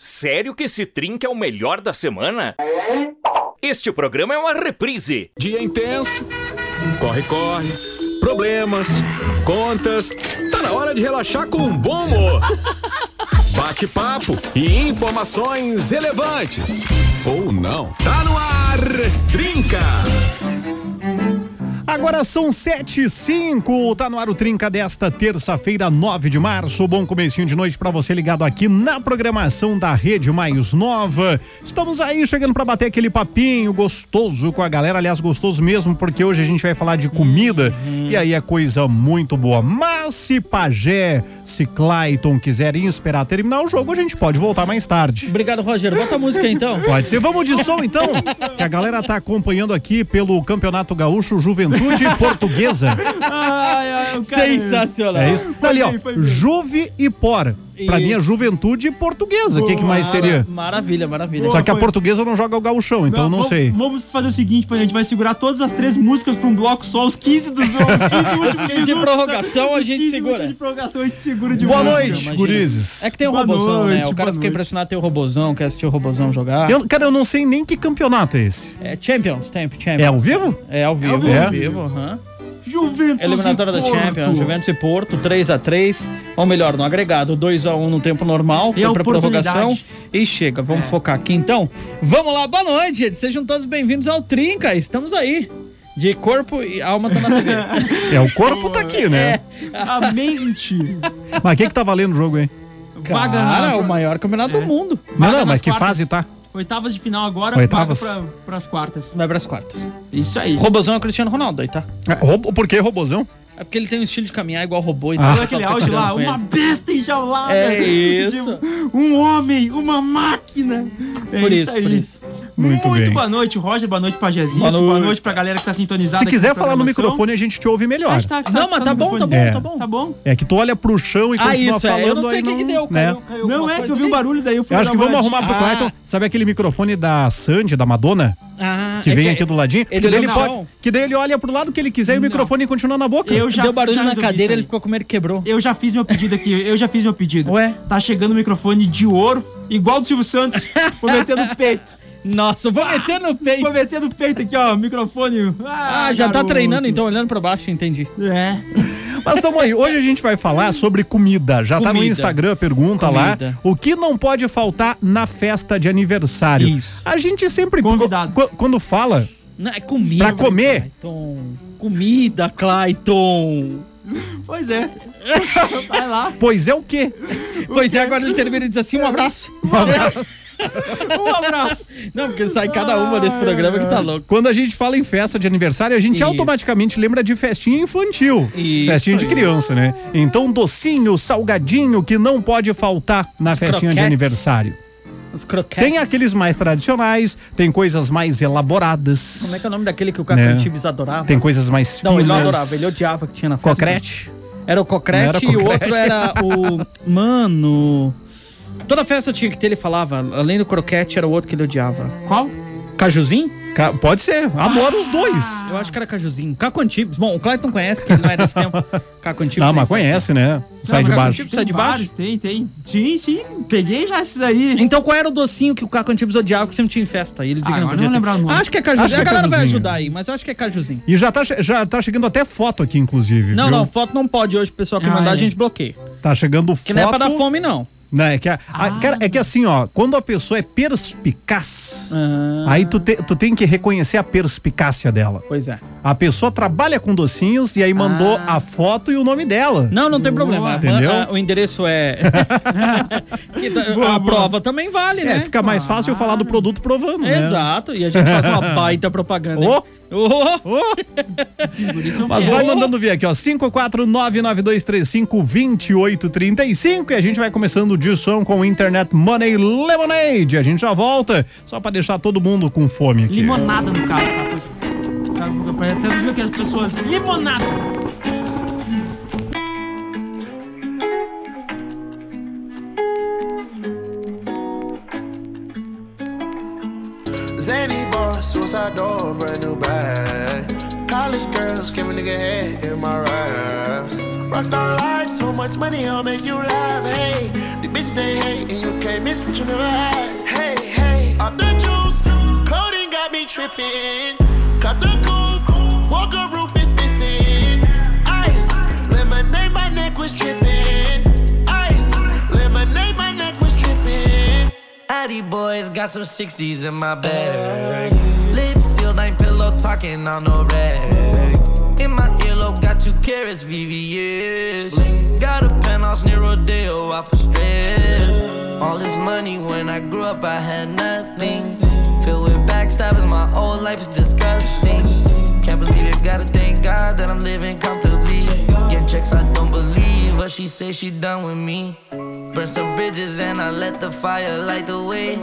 Sério que esse trinque é o melhor da semana? Este programa é uma reprise. Dia intenso, corre, corre, problemas, contas. Tá na hora de relaxar com um bom humor. Bate-papo e informações relevantes. Ou não. Tá no ar, trinca. Agora são sete e cinco, tá no ar o Trinca desta terça-feira, 9 de março. Bom comecinho de noite para você ligado aqui na programação da Rede Mais Nova. Estamos aí chegando para bater aquele papinho gostoso com a galera, aliás, gostoso mesmo, porque hoje a gente vai falar de comida e aí é coisa muito boa. Mas se Pajé, se Clayton quiserem esperar terminar o jogo, a gente pode voltar mais tarde. Obrigado, Roger. Bota a música aí, então. Pode ser. Vamos de som então, que a galera tá acompanhando aqui pelo Campeonato Gaúcho Juventude Portuguesa. Ai, ai, É o cara. Sensacional. É isso? Ali, ó, bem, Ah, foi bem. Juve e Por. Pra E- mim é Juventude Portuguesa. O que, que mais seria? Ah, Maravilha, maravilha. Só que a foi. portuguesa não joga o gauchão, então não vamos, sei. Vamos fazer o seguinte, a gente vai segurar todas as três músicas pra um bloco só, os 15 dos os 15 últimos de minutos. tá? prorrogação a Os gente 15 segura. últimos De prorrogação a gente segura de Boa música. noite, Imagina. gurizes. É que tem o Boa robozão, né? noite, O cara boa fica noite. impressionado ter o robozão, quer assistir o robozão jogar. Eu- cara, eu não sei nem que campeonato é esse. É Champions, tempo, É ao Champions. vivo? É ao vivo, vivo. é ao vivo, aham. Juventus Eliminatória e da Então, Porto. Champions, Juventus e Porto, 3x3, ou melhor, no agregado, 2x1 no tempo normal, E a foi pra oportunidade. É. prorrogação e chega. Vamos focar aqui então. Vamos lá, boa noite, gente. sejam todos bem-vindos ao Trinca, estamos aí. De corpo e alma tá na É. TV. É, o corpo tá aqui, né? A mente. Mas o que que tá valendo o jogo, hein? Vaga Cara, na- É. o maior campeonato do mundo. Não, Vaga não, mas nas que quartas. fase tá? Oitavas de final agora, Oitavas. vaga pra, pras quartas. Vai pras quartas. Isso aí. Robozão é o Cristiano Ronaldo aí, tá? É, Robo, por que robozão? É porque ele tem um estilo de caminhar igual robô e Ah. tal. Olha aquele áudio lá, uma besta enjaulada. É isso. De Um homem, uma máquina. É Por isso, por aí. isso. Muito bem. boa noite, Roger. Boa noite, Pajezinho. Boa Boa noite. noite pra galera que tá sintonizada. Se aqui quiser na falar no programação. microfone, a gente te ouve melhor. Acho que Não, mas tá bom, tá no bom, microfone. É. tá bom. Tá bom? É que tu olha pro chão e Ah, continua isso, é. falando. Eu não sei aí o que, que deu, né? caiu, caiu Não alguma é que coisa eu vi o ali? barulho, daí eu fui Eu acho dar que uma vamos olhadinha. arrumar pro Ah. Clayton. Sabe aquele microfone da Sandy, da Madonna? Ah, Que é vem que- aqui do ladinho? ele que, daí ele olhou pode- não. que daí ele olha pro lado que ele quiser e o microfone continua na boca. Eu já Deu barulho já na resolvi cadeira, isso ele aí. ficou com medo que quebrou. Eu já fiz meu pedido aqui, eu já fiz meu pedido. Ué? Tá chegando o microfone de ouro, igual do Silvio Santos. Vou meter no peito. Nossa, eu vou meter no Vou peito. meter no peito aqui, ó, microfone. Ah, já tá garoto. treinando então, olhando pra baixo, entendi. É. Mas tamo aí. Hoje a gente vai falar sobre comida. Já tá no Comida. Instagram, pergunta Comida. lá. O que não pode faltar na festa de aniversário? Isso. A gente sempre. Convidado. qu- Quando fala. Não, é comida. Pra comer? Clayton. Comida, Clayton. Pois é. Vai lá. Pois é o quê? Pois é, agora ele termina e diz assim: um abraço. Um abraço. Um abraço. Não, porque sai cada uma desse programa que tá louco. Quando a gente fala em festa de aniversário, a gente Isso. automaticamente lembra de festinha infantil. Isso, festinha de isso. criança, né? Então, docinho, salgadinho que não pode faltar na Os festinha de croquetes. aniversário. Os croquetes. Tem aqueles mais tradicionais, tem coisas mais elaboradas. Como é que é o nome daquele que o Né? Caco Tibes adorava? Tem coisas mais Não, ele não finas. adorava, ele odiava que tinha na festa. Cocrete. Era o Cocrete, Não era e o Cocrete. outro era o. Mano. Toda festa tinha que ter, ele falava. Além do croquete, era o outro que ele odiava. Qual? Cajuzinho? Ca- Pode ser, adoro os dois. Eu acho que era Cajuzinho. Caco Antibes. Bom, o Clayton conhece, que ele não é desse tempo. Caco Antibes. Não, nem mas sabe. conhece, né? Sai de mas baixo. tipo- Sai de baixo? vários, Tem, tem. Sim, sim. Peguei já esses aí. Então qual era o docinho que o Caco Antibes odiava que sempre tinha em festa? E ele dizia Ah, que não agora podia eu não ter. lembro o nome. Acho que é Cajuzinho. Acho que é a galera vai cajuzinho. ajudar aí, mas eu acho que é Cajuzinho. E já tá, che- já tá chegando até foto aqui, inclusive. Não, viu? não, foto não pode hoje, pessoal que Ah, mandar a é. gente bloqueia. Que Tá chegando foto. não é pra dar fome, não. Não, é que, a- a- Ah. cara, é que assim, ó, quando a pessoa é perspicaz, Ah. aí tu, te- tu tem que reconhecer a perspicácia dela. Pois é. A pessoa trabalha com docinhos e aí mandou a foto e o nome dela. Ah. Não, não tem problema. Entendeu? Ah, O endereço é. Que da- a Boa, boa. prova também vale, é, né? fica Ah. mais fácil eu falar do produto provando, né? Exato. E a gente faz uma baita propaganda. hein? Ô! Ô! Ô! Esses guris são Mas fera. vai mandando ver aqui, ó. 54992352835 e a gente vai começando o Dia som com Internet Money Lemonade. A gente já volta só pra deixar todo mundo com fome aqui. Limonada no carro, tá? Poxa. Sabe, porque até do jeito que as pessoas. Limonada! Zany bar, suicide door, brand new bag. College girls, give a nigga head in my raps. Rockstar life, so much money, I'll make you laugh. Hey, the bitch they hate, and you can't miss what you never had. Hey, hey, off the juice, coding got me tripping. Cut the coupe, Walker roof is missing. Ice, lemonade, my neck was tripping. Ice, lemonade, my neck was tripping. Addy boys got some 60s in my bag. Lips sealed, ain't pillow talking on no rag. In my earlobe, got two carrots, VVS. Got a penthouse near Rodeo, out for stress. All this money when I grew up, I had nothing. Filled with backstabbing, my whole life is disgusting. Can't believe it, gotta thank God that I'm living comfortably. Getting checks, I don't believe, but she say she done with me. Burn some bridges and I let the fire light the way.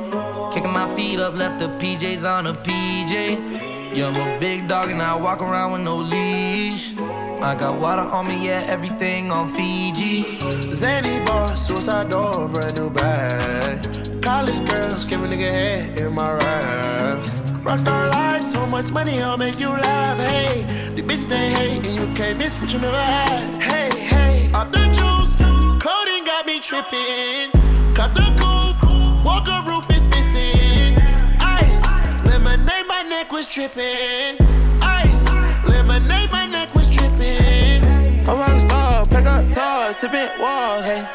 Kicking my feet up, left the PJs on a PJ. Yeah, I'm a big dog and I walk around with no leash. I got water on me, yeah, everything on Fiji. Zany boss, suicide door, brand new bag. College girls, give a nigga head in my raps. Rockstar life, so much money, I'll make you laugh. Hey, the bitch they hate, and you can't miss what you never had. Hey, hey, off the juice, coding got me tripping. Cut the coupe, Walker roof is missing. Ice, lemonade, my neck was tripping. Ice, lemonade, my neck was tripping. I'm a star, pack up toys, tipping walls, hey.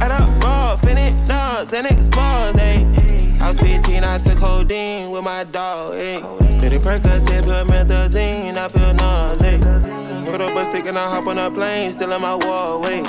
Add up raw, finish nuts, and explores, hey. I was 15, I took codeine with my dog, hey. Pretty Percocet, put methazine, I feel nauseous. Put up a stick and I hop on a plane, still in my wall, wait.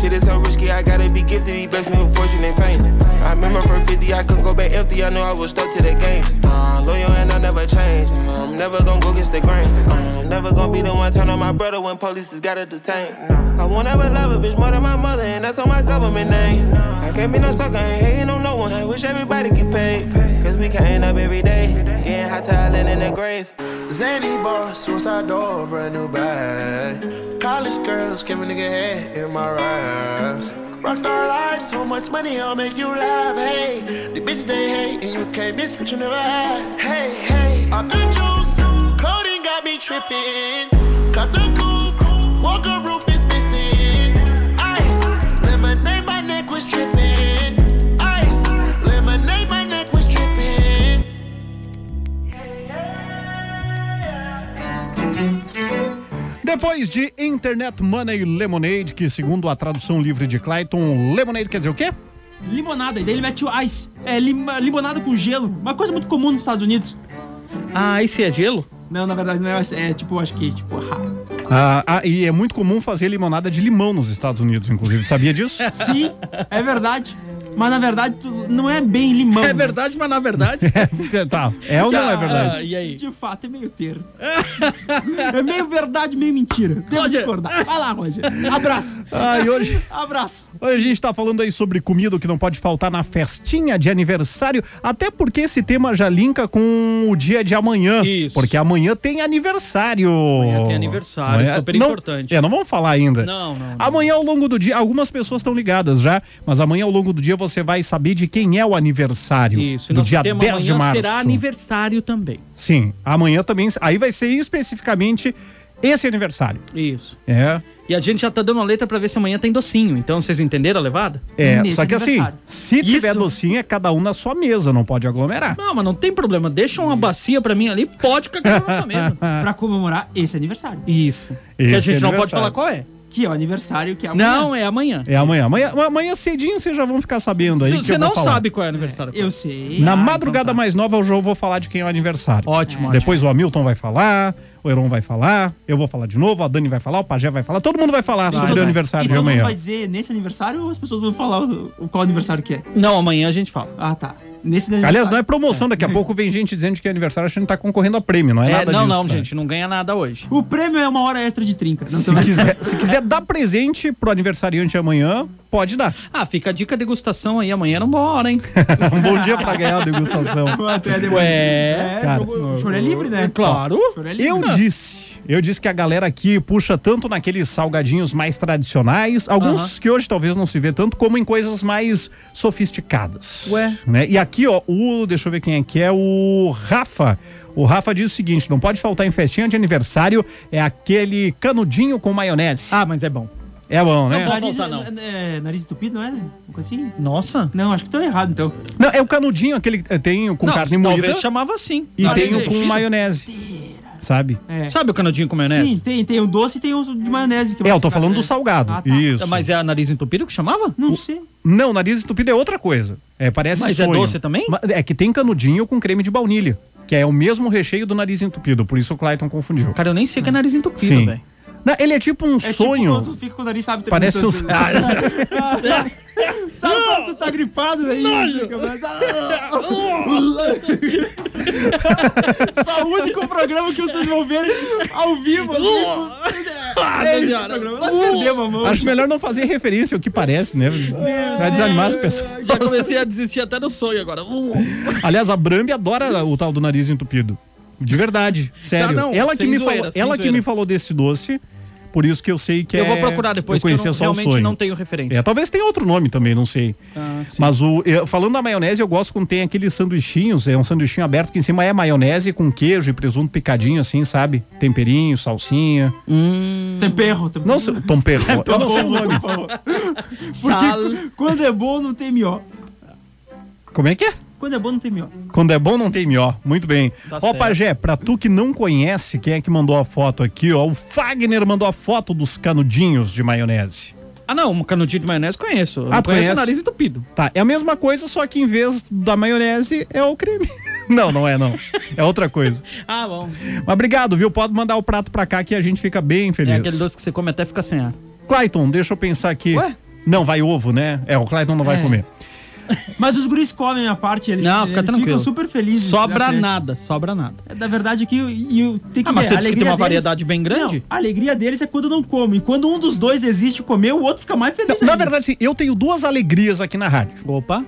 Shit is so risky, I gotta be gifted. He blessed me with fortune and fame. I remember from 50, I couldn't go back empty. I knew I was stuck to the game. Uh, loyal and I never change. Uh, I'm never gonna go against the grain. Uh, I'm never gonna be the one turn on my brother when police just gotta detain. I won't ever love a bitch more than my mother, and that's on my government name. I can't be no sucker, ain't hating on no one. I wish everybody get paid. Cause we can't up every day, getting hot till I land in the grave. Zany boss, suicide door, brand new bag. College girls, give a nigga head in my raps. Rockstar life, so much money, I'll make you laugh. Hey, the bitch they hate, and you can't miss what you never had. Hey, hey, off the juice, coding got me tripping. Cut the coupe, Walker roof is missing. Ice, lemonade, my neck was tripping. Ice, lemonade, my neck was tripping. Depois de Internet Money Lemonade, que segundo a tradução livre de Clayton, Lemonade quer dizer o quê? Limonada, e daí ele mete o ice. É lim- limonada com gelo. Uma coisa muito comum nos Estados Unidos. Ah, esse é gelo? Não, na verdade, não é ice. É tipo, acho que, tipo, ha- Ah, ah, e é muito comum fazer limonada de limão nos Estados Unidos, inclusive. Sabia disso? sim, é verdade. Mas na verdade, tu- não é bem limão. É verdade, mas na verdade. tá. É ou não é Ah, verdade? e aí? De fato, é meio termo. é meio verdade, meio mentira. Devo Roger. discordar. Vai lá, Roger. Abraço. Ah, e hoje. Abraço. Hoje a gente tá falando aí sobre comida o que não pode faltar na festinha de aniversário, até porque esse tema já linka com o dia de amanhã. Isso. Porque amanhã tem aniversário. Amanhã tem aniversário, super não- importante. É, não vamos falar ainda. Não, não, não. Amanhã ao longo do dia, algumas pessoas estão ligadas já, mas amanhã ao longo do dia você vai saber de quem é o aniversário. Isso, e do nosso dia tema 10 de amanhã março. será aniversário também. Sim, amanhã também. Aí vai ser especificamente esse aniversário. Isso. É. E a gente já tá dando uma letra pra ver se amanhã tem docinho. Então vocês entenderam a levada? É, Nesse só que assim, aniversário. se tiver Isso. docinho, é cada um na sua mesa, não pode aglomerar. Não, mas não tem problema. Deixa uma bacia pra mim ali, pode cagar na nossa mesa. Pra comemorar esse aniversário. Isso. que a Esse gente não pode aniversário. falar qual é. Que é o aniversário que é amanhã. Não, é amanhã. É amanhã. Amanhã, amanhã cedinho vocês já vão ficar sabendo aí. que Você eu vou não falar. sabe qual é o aniversário. Eu sei. Na Ah, madrugada então tá. mais nova, eu já vou falar de quem é o aniversário. Ótimo, ótimo. Depois o Hamilton vai falar, o Heron vai falar, eu vou falar de novo, a Dani vai falar, o Pajé vai falar, todo mundo vai falar E sobre todo- é o aniversário e de todo mundo amanhã. Então vai dizer nesse aniversário ou as pessoas vão falar o- o- qual aniversário que é? Não, amanhã a gente fala. Ah, tá. Nesse aniversário. Aliás, não é promoção, daqui a pouco vem gente dizendo que é aniversário, a gente tá concorrendo a prêmio, não é, É, nada não, disso. não, né? gente, não ganha nada hoje. O prêmio é uma hora extra de trinca. Não, Se quiser, se quiser dar presente pro aniversariante amanhã, pode dar. Ah, fica a dica degustação aí, amanhã não bora, hein? Um bom dia pra ganhar a degustação. Até depois. Ué, É, cara. jogo- o choro é livre, né? claro. O choro é livre. Eu Uhum. disse, eu disse que a galera aqui puxa tanto naqueles salgadinhos mais tradicionais, alguns que hoje talvez não se vê tanto, como em coisas mais sofisticadas. Ué. Né? E aqui, ó, o, deixa eu ver quem é que é, o Rafa. O Rafa diz o seguinte: não pode faltar em festinha de aniversário, é aquele canudinho com maionese. Ah, mas é bom. É bom, né? Não Nariz, faltar, não. É, é, nariz entupido, não é? Uma coisa assim? Nossa. Não, acho que tô errado, então. Não, é o canudinho aquele que tem o com não, carne talvez moída chamava assim. e Talvez tem o eu com fiz. maionese. Sabe? É. Sabe o canudinho com maionese? Sim, tem, tem um doce e tem um de maionese. Que É, eu você tô faz, falando né? do salgado. Ah, tá. Isso. Mas é a nariz entupido que chamava? Não sei. Não, nariz entupido é outra coisa. É, parece Mas é sonho. doce também? Ma- É que tem canudinho com creme de baunilha, que é o mesmo recheio do nariz entupido, por isso o Clayton confundiu. Cara, eu nem sei que é nariz entupido, Sim. velho. Não, ele é tipo um É tipo sonho. quando tu fica com o nariz, sabe? Parece um tremendo, uns- tu- Sabe quando tu tá gripado aí? fica ah, mais- Saúde com o programa que vocês vão ver ao vivo. Ao vivo. É esse senhora. programa. Nós perdemos a mão. Acho melhor não fazer referência ao que parece, né? Vai desanimar as pessoas. Já comecei a desistir até do sonho agora. Uh, Aliás, a Brambi adora o tal do nariz entupido. De verdade, sério. não, ela que sem me zoeira, falou, sem ela que zoeira. me falou desse doce. Por isso que eu sei que eu é vou procurar depois, Eu conhecia que eu não- só o realmente sonho. não tenho referência. É, talvez tenha outro nome também, não sei. Ah, Mas o eu- falando da maionese, eu gosto quando tem aqueles sanduichinhos, é um sanduichinho aberto que em cima é maionese com queijo e presunto picadinho assim, sabe? Temperinho, salsinha. Tempero. tempero. Não, sei- tom perro. É eu não sei o nome. Porque Sal. cu- quando é bom não tem mió. Como é que é? Quando é bom não tem mió. Quando é bom não tem mió. Muito bem. Tá ó, certo. Pajé, pra tu que não conhece, quem é que mandou a foto aqui, ó? O Fagner mandou a foto dos canudinhos de maionese. Ah, não, um canudinho de maionese conheço. Eu Ah, não tu conheço o conhece? nariz entupido. Tá, é a mesma coisa, só que em vez da maionese é o creme. Não, não é não. É outra coisa. Ah, bom. Mas obrigado, viu? Pode mandar o prato pra cá que a gente fica bem É feliz. aquele doce que você come até ficar sem ar. Clayton, deixa eu pensar aqui. Ué? Não, vai ovo, né? É, o Clayton não vai É. comer. Mas os guris comem a parte, eles, Não, fica eles tranquilo. ficam super felizes. Sobra né? nada, sobra nada. É, Da verdade que e eu tem que Ah, mas ver, você a disse que alegria tem uma deles- variedade bem grande? Não, a alegria deles é quando não come. E quando um dos dois existe comer, o outro fica mais feliz. Na ainda. verdade, sim, eu tenho duas alegrias aqui na rádio. Opa.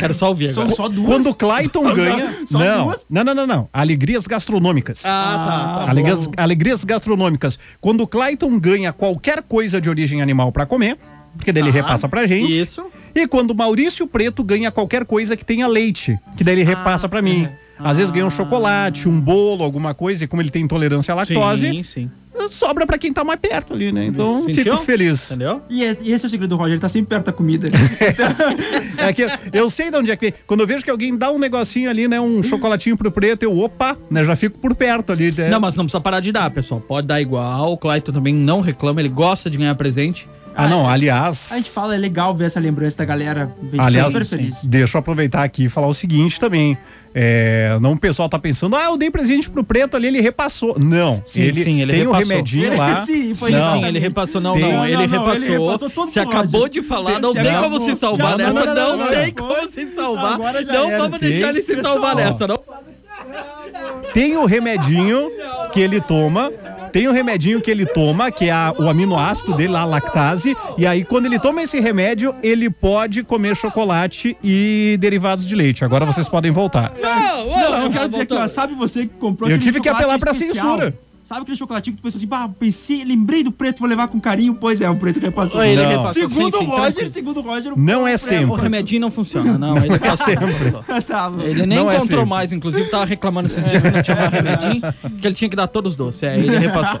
Quero só ouvir São um- agora. só duas. Quando o Clayton ganha. Só não, duas? não, não, não, não. Alegrias gastronômicas. Ah, tá. tá bom. Alegrias, alegrias gastronômicas. Quando o Clayton ganha qualquer coisa de origem animal pra comer, porque daí ele repassa pra gente. isso. E quando o Maurício Preto ganha qualquer coisa que tenha leite, que daí ele Ah, repassa pra mim. é. Às vezes ganha um chocolate, um bolo, alguma coisa, e como ele tem intolerância à lactose, Sim, sim. sobra pra quem tá mais perto ali, né? Então Sentiu? fico feliz. Entendeu? E esse, e esse é o segredo do Roger, ele tá sempre perto da comida. Tá É que eu sei de onde é que vem. Quando eu vejo que alguém dá um negocinho ali, né? Um chocolatinho pro preto, eu, opa, né? Já fico por perto ali. Né? Não, mas não precisa parar de dar, pessoal. Pode dar igual. O Clayton também não reclama, ele gosta de ganhar presente. Ah, não, aliás. a gente fala, é legal ver essa lembrança da galera. A gente Aliás, sim. fica super feliz. deixa eu aproveitar aqui e falar o seguinte também. É, não o pessoal tá pensando, ah, eu dei presente pro preto ali, ele repassou. Não, Sim, ele, sim, ele tem um repassou. remedinho Ele- lá. sim, foi não, isso, Sim, ele repassou. Não, Tem- não, Não, ele não, não, repassou. ele repassou tudo Você pro Roger. acabou de falar, Tem- não se tem acabou. como se salvar Não, não, dessa. não, não, Não, não, tem não. como se salvar. Agora já Não era. vamos Tem- deixar ele se Pessoal, salvar ó. nessa, não. Tem o remedinho que ele toma. Tem o remedinho que ele toma, que é a- o aminoácido dele lá, a lactase. E aí, quando ele toma esse remédio, ele pode comer chocolate e derivados de leite. Agora vocês podem voltar. é Não, Não, não, eu quero dizer que, ó, sabe você que comprou Eu aquele tive que chocolate apelar pra especial? censura. Sabe aquele chocolatinho que tu pensou assim, bah, pensei, lembrei do preto, vou levar com carinho. Pois é, o preto repassou. Ele Não. repassou. Segundo Sim, então o sim, Roger, tranquilo. segundo o Roger... o Não é preto O sempre. remedinho não funciona, não. Ele passou. Tá, mano. Ele nem Não é encontrou sempre. mais, inclusive tava reclamando esses dias que não tinha mais remedinho, que ele tinha que dar todos os doces. É, ele repassou.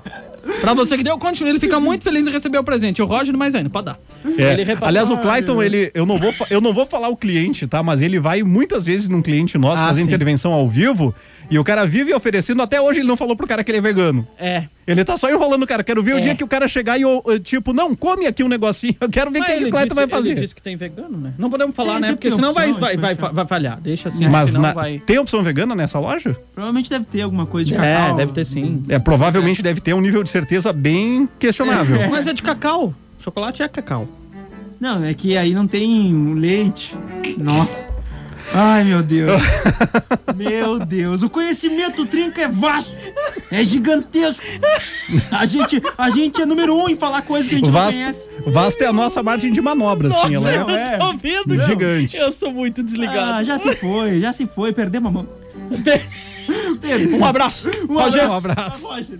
Pra você que deu, continua. Ele fica muito feliz em receber o presente. O Roger, mais ainda, pode dar. É. Ele repassou. Aliás, o Clayton, ele, eu, não vou, fa- eu não vou falar o cliente, tá? Mas ele vai muitas vezes num cliente nosso Ah, fazer sim. intervenção ao vivo e o cara vive oferecendo. Até hoje ele não falou pro cara que ele é vegano. É. Ele tá só enrolando o cara. Quero ver É. o dia que o cara chegar e, eu, eu, tipo, não, come aqui um negocinho. Eu quero ver o Mas que, que ele o Clayton disse- vai fazer. Ele disse que tem vegano, né? Não podemos falar, Tem né? sempre Porque tem senão vai, opção, vai, gente, vai, vai- vai falhar. Deixa assim, Mas senão na- vai. tem opção vegana nessa loja? Provavelmente deve ter alguma coisa de É, cacau. deve ter sim. É, provavelmente deve ter um nível de certeza bem questionável. Mas é de cacau. Chocolate é cacau. Não, é que aí não tem um leite. Nossa. Ai, meu Deus. meu Deus. O conhecimento do Trinca é vasto. É gigantesco. A gente, a gente é número um em falar coisas que a gente Vasto, não conhece. vasto é a nossa margem de manobra, assim. Ela é, eu tô vendo. Não. Gigante. Eu sou muito Ah, desligado. já se foi, já se foi. Perdemos a mão. Um abraço. Um Roger. abraço. abraço. Roger.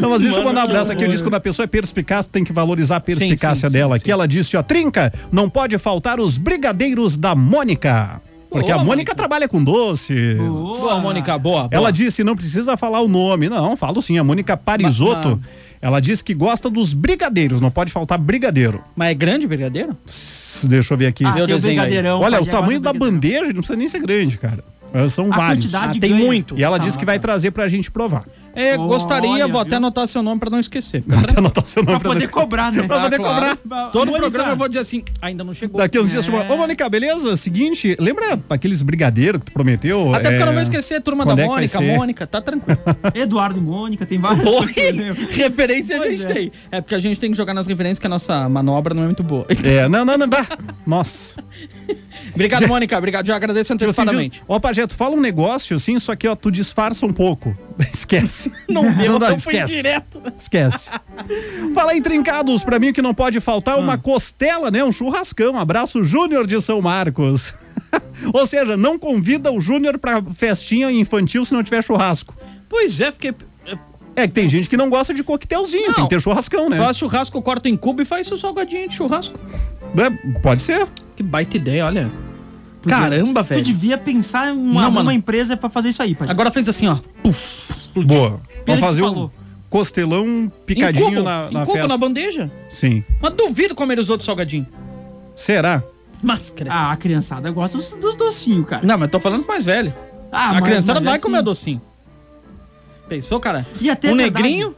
Não, mas deixa eu Mano, mandar um que abraço aqui. O horror. disco da pessoa é perspicaz, tem que valorizar a perspicácia sim, dela. sim, Aqui ela disse, ó, trinca, não pode faltar os brigadeiros da Mônica. Porque Boa, a Mônica, Mônica. trabalha com doce. Boa. Boa, Mônica, boa. boa. Ela disse, não precisa falar o nome. Não, falo sim, a Mônica Parisotto. Ela diz que gosta dos brigadeiros, não pode faltar brigadeiro. Mas é grande o brigadeiro? Pss, Deixa eu ver aqui. Ah, Deu tem o desenho aí. brigadeirão. Olha, o pajé, tamanho gosta do da brigadeirão. bandeja ele não precisa nem ser grande, cara. Elas São A vários. quantidade Ah, tem ganha. muito. E ela disse Ah, que vai tá. trazer pra gente provar. É, Olha, gostaria, vou viu? até anotar seu nome pra não esquecer. Fica Até anotar seu nome Pra poder nós. cobrar, né? Pra poder claro. cobrar. Todo Mônica. programa eu vou dizer assim, ainda não chegou. Daqui uns dias tu fala, Ô, Mônica, beleza? Seguinte, lembra aqueles brigadeiros que tu prometeu? Até porque eu não vou É, esquecer, turma quando da é que vai Mônica, ser? é, Mônica, tá tranquilo. Eduardo Mônica, tem várias Oi? coisas. que eu né? lembro. Referência a Pois gente é. tem. É porque a gente tem que jogar nas referências que a nossa manobra não é muito boa. É, não, não, não. bah. Nossa. obrigado, Mônica. Obrigado. Já agradeço Tipo assim, antecipadamente. diz, ó, Pajé, tu fala um negócio assim, só que ó, tu disfarça um pouco. Esquece. Não deu, dá, então fui esquece. direto. Esquece. Fala aí, trincados, pra mim o que não pode faltar é Ah. uma costela, né? Um churrascão. Abraço Júnior de São Marcos. Ou seja, não convida o Júnior pra festinha infantil se não tiver churrasco. Pois é, fiquei. É que tem gente que não gosta de coquetelzinho, Não. tem que ter churrascão, né? Faz churrasco, eu corto em cubo e faz o salgadinho de churrasco. É, Pode ser. Que baita ideia, olha. Caramba, Tu velho. devia pensar em uma, Não, mano. uma empresa pra fazer isso aí, pai. Agora fez assim, ó. Boa. Vamos Pira que fazer um falou. costelão Em picadinho cubo, na, na em cubo festa. na bandeja. Sim. Mas duvido comer os outros salgadinhos. Será? Máscara. Ah, a criançada gosta dos, dos docinhos, cara. Não, mas tô falando pro mais velho. Ah, a mas- criançada mas vai assim, comer o docinho. Pensou, cara? E até é um verdade. negrinho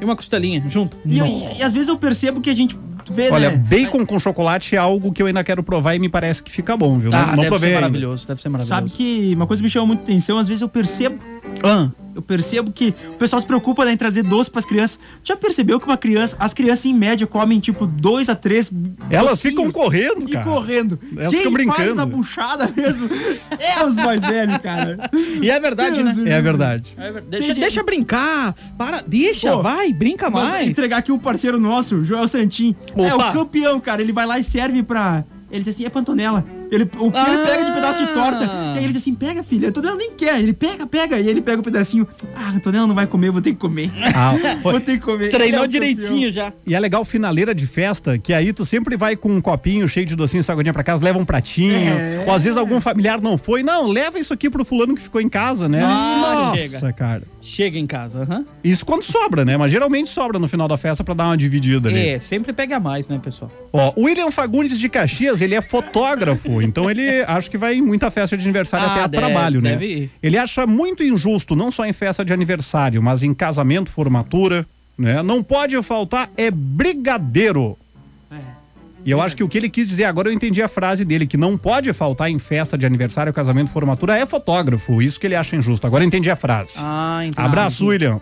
e uma costelinha junto. E, eu- e- e às vezes eu percebo que a gente É, vê, Olha, né? bacon com chocolate é algo que eu ainda quero provar e me parece que fica bom, viu? Ah, deve provei ser ainda. maravilhoso, deve ser Sabe maravilhoso. que uma coisa que me chama muito atenção, às vezes eu percebo, Ah, eu percebo que o pessoal se preocupa né, em trazer doce pras crianças. Já percebeu que uma criança, as crianças em média comem tipo dois a três Elas docinhos ficam correndo, e cara. correndo. Elas Quem ficam brincando. faz a buchada mesmo é os mais velhos, cara. e é verdade, Deus, né? É verdade. É ver- Deixa, gente- deixa brincar. Para, deixa, Pô, vai, brinca Mandar mais. Entregar aqui um parceiro nosso, Joel Santin. É Opa. o campeão, cara. Ele vai lá e serve pra. Ele diz assim: é pantonela. Ele, o que ele Ah. pega de pedaço de torta. E aí ele diz assim: pega, filha. A Antonella nem quer. Ele pega, pega. E ele pega o pedacinho. Ah, a Antonella não vai comer, vou ter que comer. Ah, vou ter que comer. Ele é Treinou o direitinho já. e é legal finaleira de festa, que aí tu sempre vai com um copinho cheio de docinho, salgadinha pra casa, leva um pratinho. É. Ou às vezes algum familiar não foi. Não, leva isso aqui pro fulano que ficou em casa, né? Ah, Nossa, chega. cara. Chega em casa, aham. Isso quando sobra, né? Mas geralmente sobra no final da festa pra dar uma dividida ali. É, sempre pega mais, né, pessoal? Ó, o William Fagundes de Caxias, ele é fotógrafo, então ele acho que vai em muita festa de aniversário Ah, até a deve- trabalho, né? deve ir. Ele acha muito injusto, não só em festa de aniversário, mas em casamento, formatura, né? Não pode faltar é brigadeiro. É. E eu acho que o que ele quis dizer agora, eu entendi a frase dele, que não pode faltar em festa de aniversário, casamento, formatura, é fotógrafo. Isso que ele acha injusto. Agora eu entendi a frase. Ah, entendi. Abraço, William.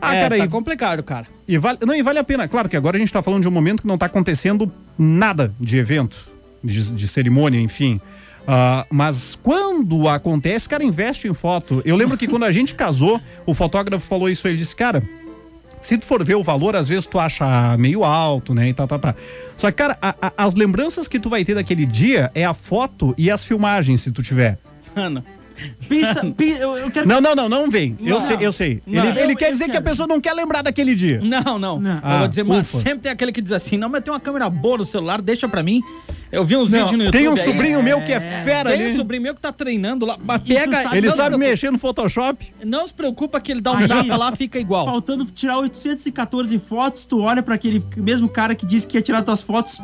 Ah, é, cara, tá e complicado, cara. e vale, não, e vale a pena. Claro que agora a gente tá falando de um momento que não tá acontecendo nada de evento, de, de cerimônia, enfim. Ah, mas quando acontece, cara, investe em foto. Eu lembro que quando a gente casou, o fotógrafo falou isso. Ele disse, cara, se tu for ver o valor, às vezes tu acha meio alto, né? E tá, tá, tá. Só que, cara, a- a- as lembranças que tu vai ter daquele dia é a foto e as filmagens, se tu tiver. Mano, campeão. Pensa, pe- eu, eu quero. Não, não, não, não vem. Eu Não. sei, eu sei. Não. Ele, ele Eu- quer eu dizer que a quero. pessoa não quer lembrar daquele dia. Não, não. Não. Eu Ah, vou dizer, mano, ufa. sempre tem aquele que diz assim: não, mas tem uma câmera boa no celular, deixa pra mim. Eu vi uns Não, vídeos no YouTube. Tem um aí. sobrinho meu que é fera Tem ali. um sobrinho meu que tá treinando lá. mas Pega, sabe- Ele não sabe se mexer no Photoshop? preocupa- Não se preocupa que ele dá um Aí- tapa lá, fica igual. Faltando tirar 814 fotos, tu olha pra aquele mesmo cara que disse que ia tirar tuas fotos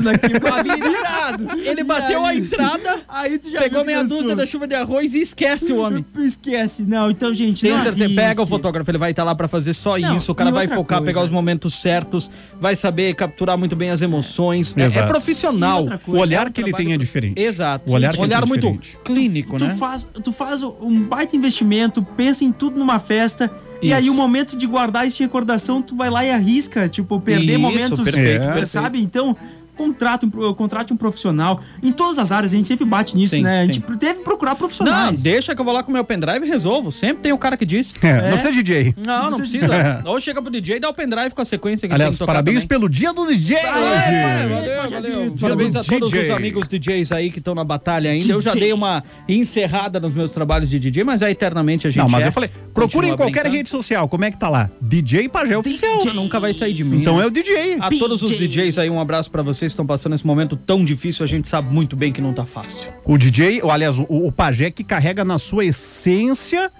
naquele virado. Ele bateu a entrada, Aí tu já viu pegou que é um meia dançou. dúzia da chuva de arroz e esquece o homem. Esquece. Não, então, gente, Tem não certeza, arrisque. pega o fotógrafo, ele vai estar lá pra fazer só Não, isso. O cara e vai outra focar, coisa. pegar os momentos certos, vai saber capturar muito bem as emoções. É, é Exato. E profissional. outra coisa, O olhar um que ele trabalho tem é pro- diferente. Exato. Um O olhar, que ele olhar tem é muito diferente. clínico, tu né? faz, tu faz um baita investimento, pensa em tudo numa festa. E Isso. aí, o momento de guardar isso de recordação, tu vai lá e arrisca, tipo, perder Isso, momentos. perfeito, é, perfeito. Sabe? Então, contrata um, pro- contrate um profissional. Em todas as áreas, a gente sempre bate nisso, Sim, né? A gente sim. pr- deve procurar Não, profissionais. deixa que eu vou lá com o meu pendrive e resolvo. Sempre tem o cara que diz. É, Não precisa de DJ. Não, não precisa. Ou chega pro DJ e dá o pendrive com a sequência que Aliás, tem que tocar parabéns também. pelo dia do DJ hoje. É, valeu, Pajé, valeu. DJ. Parabéns a todos DJ. os amigos DJs aí que estão na batalha ainda. Eu já DJ. dei uma encerrada nos meus trabalhos de DJ, mas aí eternamente a gente. Não, mas é. eu falei, procura em Continua qualquer brincando. rede social, como é que tá lá? DJ Pajé Oficial. Você nunca vai sair de mim. Então né? é o DJ. A todos os DJs aí, um abraço pra vocês que estão passando esse momento tão difícil. A gente sabe muito bem que não tá fácil. O DJ, ou, aliás, o, o Pajé que carrega na sua essência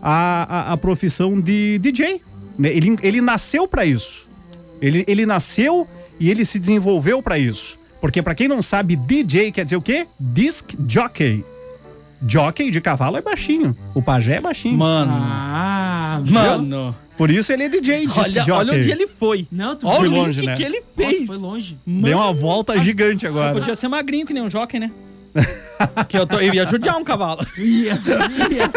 a, a, a profissão de DJ. né? Ele, ele nasceu pra isso. Ele, ele nasceu e ele se desenvolveu pra isso. Porque pra quem não sabe, DJ quer dizer o quê? Disc jockey. Jockey de cavalo é baixinho. O pajé é baixinho. Mano, Ah, mano. Por isso ele é DJ, disc Olha, jockey. olha onde ele foi. Não, tu olha foi o link longe, né? que ele Nossa, fez. foi longe. Deu uma volta gigante agora. Podia ser magrinho que nem um jockey, né? que eu, tô, eu ia judiar um cavalo. Ia, ia.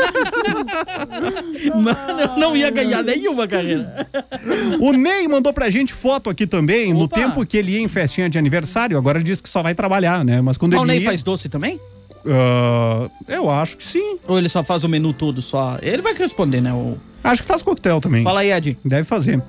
Mano, eu não ia ganhar nenhuma carreira. O Ney mandou pra gente foto aqui também, no Opa. tempo que ele ia em festinha de aniversário. Agora ele diz que só vai trabalhar, né? Mas quando Ah, ele o Ney ia, faz doce também? ah, eu acho que sim. Ou ele só faz o menu todo só? Ele vai responder, né? O... Acho que faz coquetel também. Fala aí, Ed. Deve fazer.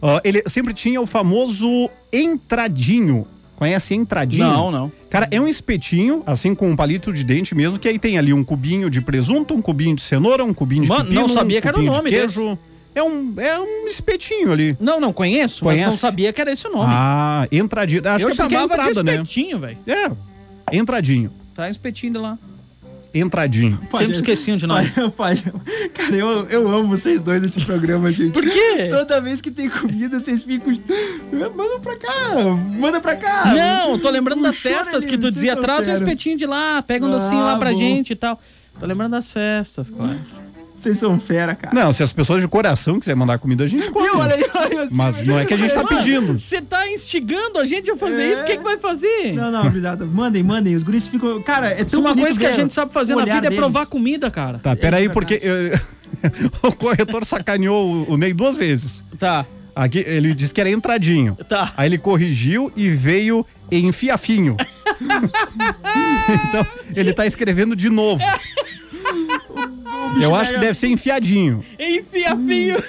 Ah, ele sempre tinha o famoso entradinho. Conhece entradinho? Não, não. Cara, é um espetinho, assim com um palito de dente mesmo, que aí tem ali um cubinho de presunto, um cubinho de cenoura, um cubinho de Mano, pepino, não sabia um que era o cubinho nome de queijo. É um, é um espetinho ali. Não, não, conheço, mas Conhece? não sabia que era esse o nome. Ah, entradinho. Acho eu que é porque é chamava entrada, de né? espetinho, velho. É, entradinho. Traz espetinho de lá. Entradinho. Sempre esqueciam de nós. Pai, pai, cara, eu, eu amo vocês dois nesse programa, gente. Por quê? Toda vez que tem comida, vocês ficam. Manda pra cá! Manda pra Ah, cá! Não, tô lembrando das né, Chora, festas que menino, é tu vocês dizia, são traz um fera. espetinho de lá, pega um docinho lá Ah, pra bom. gente e tal. Tô lembrando das festas, claro. Vocês são fera, cara. Não, se as pessoas de coração quiserem mandar comida, a gente come. Viu? Olha aí, assim, olha aí. Mas não é que a gente tá pedindo. Você tá instigando a gente a fazer É. isso? O que, que vai fazer? Não, não, gurizada. Mandem, mandem. Os guris ficam. Cara, é Se tão uma bonito coisa que a ver gente sabe fazer o na olhar vida é deles. provar comida, cara. Tá, peraí, É porque eh, o corretor sacaneou o- o Ney duas vezes. Tá, Aqui, ele disse que era entradinho. tá. Aí ele corrigiu e veio em fiafinho. então, ele tá escrevendo de novo. Eu acho que deve ser enfiadinho. Enfiafinho.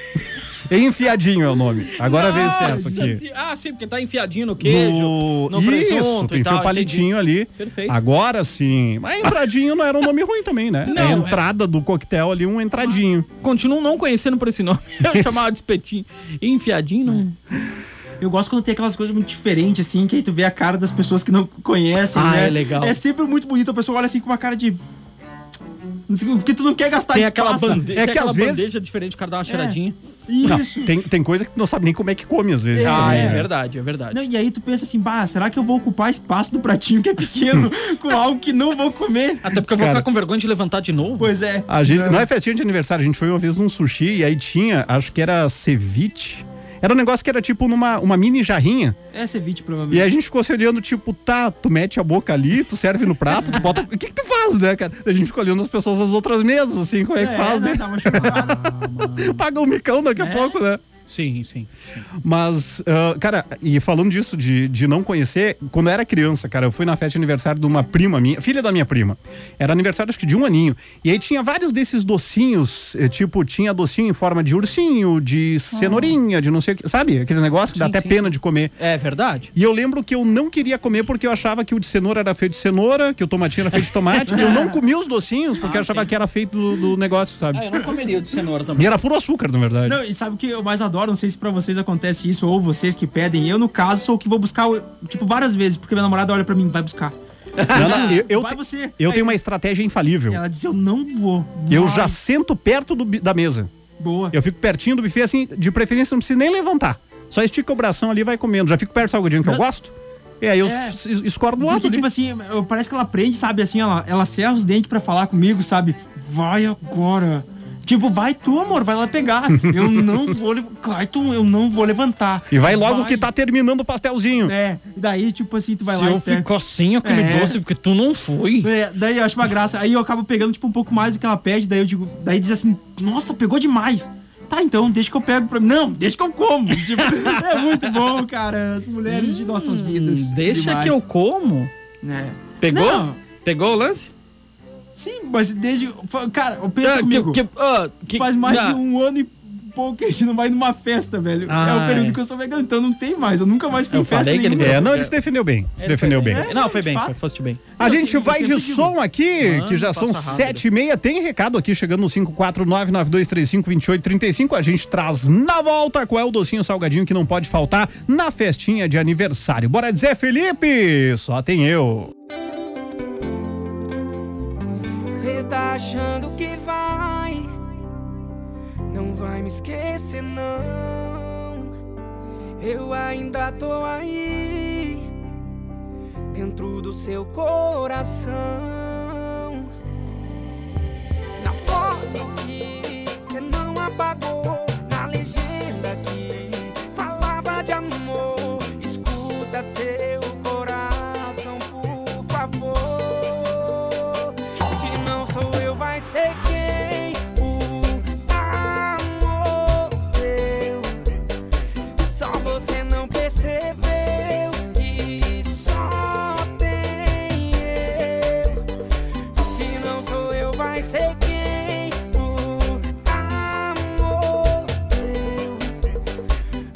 Enfiadinho é o nome. Hum. Agora veio Nossa certo aqui. senhora. Ah, sim, porque tá enfiadinho no queijo, No... no, presunto Isso, e enfia tal. o palitinho ali. Perfeito. Agora sim. Mas entradinho não era um nome ruim também, né? Não, a é. entrada do coquetel ali, um entradinho. entendi. Continuo não conhecendo por esse nome. Eu chamava de espetinho. Enfiadinho, não... Eu gosto quando tem aquelas coisas muito diferentes, assim, que aí tu vê a cara das pessoas que não conhecem, Ah, né? é legal. É sempre muito bonito. A pessoa olha assim com uma cara de. Não sei, Porque tu não quer gastar Tem espaço. aquela, bande... É tem que aquela às vezes- É. bandeja diferente, o cara dá uma cheiradinha. Isso. Tem, tem coisa que tu não sabe nem como é que come, às vezes. Ah, também, é né? verdade, é verdade. Não, e aí tu pensa assim, bah, será que eu vou ocupar espaço do pratinho que é pequeno com algo que não vou comer? Até porque eu vou Cara. ficar com vergonha de levantar de novo. Pois é. A gente, não. é festinha de aniversário, a gente foi uma vez num sushi e aí tinha, acho que era ceviche. Era um negócio que era tipo numa uma mini jarrinha. É ceviche, E provavelmente. aí a gente ficou se olhando, tipo, tá, tu mete a boca ali, tu serve no prato, tu bota. O que, que tu faz, né, cara? A gente ficou olhando as pessoas das outras mesas, assim, como é que faz, né? né? Dá uma chamada. Paga um micão daqui a pouco, né? Sim, sim. sim. Mas, ah, cara, e falando disso de, de não conhecer, quando eu era criança, cara, eu fui na festa de aniversário de uma prima minha, filha da minha prima. Era aniversário, acho que de um aninho. E aí tinha vários desses docinhos, eh, tipo, tinha docinho em forma de ursinho, de cenourinha, de não sei o que, sabe? Aqueles negócios que dá Sim, até sim, pena de comer. É verdade? E eu lembro que eu não queria comer porque eu achava que o de cenoura era feito de cenoura, que o tomatinho era feito de tomate. eu não comia os docinhos porque eu achava que era feito do, do negócio, Ah, sabe? eu não comeria o de cenoura também. E era puro açúcar, na verdade. Não, e sabe o que eu mais adoro? Não sei se pra vocês acontece isso ou vocês que pedem. Eu, no caso, sou o que vou buscar, tipo, várias vezes, porque minha namorada olha pra mim, vai buscar. Não, não, eu, eu vai te- você. eu Aí tenho uma estratégia infalível. Ela diz, eu não vou. Eu Vai. já sento perto do bi- da mesa. Boa. Eu fico pertinho do buffet, assim, de preferência não preciso nem levantar. Só estica o bração ali e vai comendo. Já fico perto do salgadinho que eu Mas- gosto. E aí eu É. s- es- escorro do lado. Porque, ali. né? tipo assim, eu- parece que ela aprende, sabe, assim, ela, ela serra os dentes pra falar comigo, sabe? Vai agora. Tipo, vai tu, amor, vai lá pegar. Eu não vou... lev- Clayton, eu não vou levantar. E vai logo que tá terminando o pastelzinho. É, daí, tipo assim, tu vai Se lá eu e pega. ficar assim, eu comi É. doce porque tu não foi. É, daí eu acho uma graça. Aí eu acabo pegando, tipo, um pouco mais do que ela pede. Daí eu digo, daí diz assim, nossa, pegou demais. Tá, então, deixa que eu pego pra mim. Não, deixa que eu como. Tipo, é muito bom, cara. As mulheres de nossas vidas. Hum, deixa Demais. que eu como. É. Pegou? Não. Pegou o lance? Sim, mas desde. fa- Cara, pensa Ah, comigo. que- que- ah, que- Faz mais ah, de um ano e pouco que a gente não vai numa festa, velho. é Ai. o período que eu sou vegano, então não tem mais. Eu nunca mais fui Ah, Eu em festa falei que ele nenhuma. É, não, ele se defendeu bem. Se defendeu bem. Não, foi bem, de foi, fato. foste bem. A gente é. Eu vai sempre de digo. som aqui, Mano, que já passa são rápido. sete e meia. Tem recado aqui chegando no 549-9235-2835. A gente traz na volta qual é o docinho salgadinho que não pode faltar na festinha de aniversário. Bora dizer, Felipe! Só tem eu. Cê tá achando que vai Não vai me esquecer, não. Eu ainda tô aí, dentro do seu coração. Na foto que você não apagou, na legenda que falava de amor. Escuta teu coração, por favor. Se não sou eu, vai ser quem? O amor teu. Só você não percebeu que só tem eu. Se não sou eu, vai ser quem? O amor teu.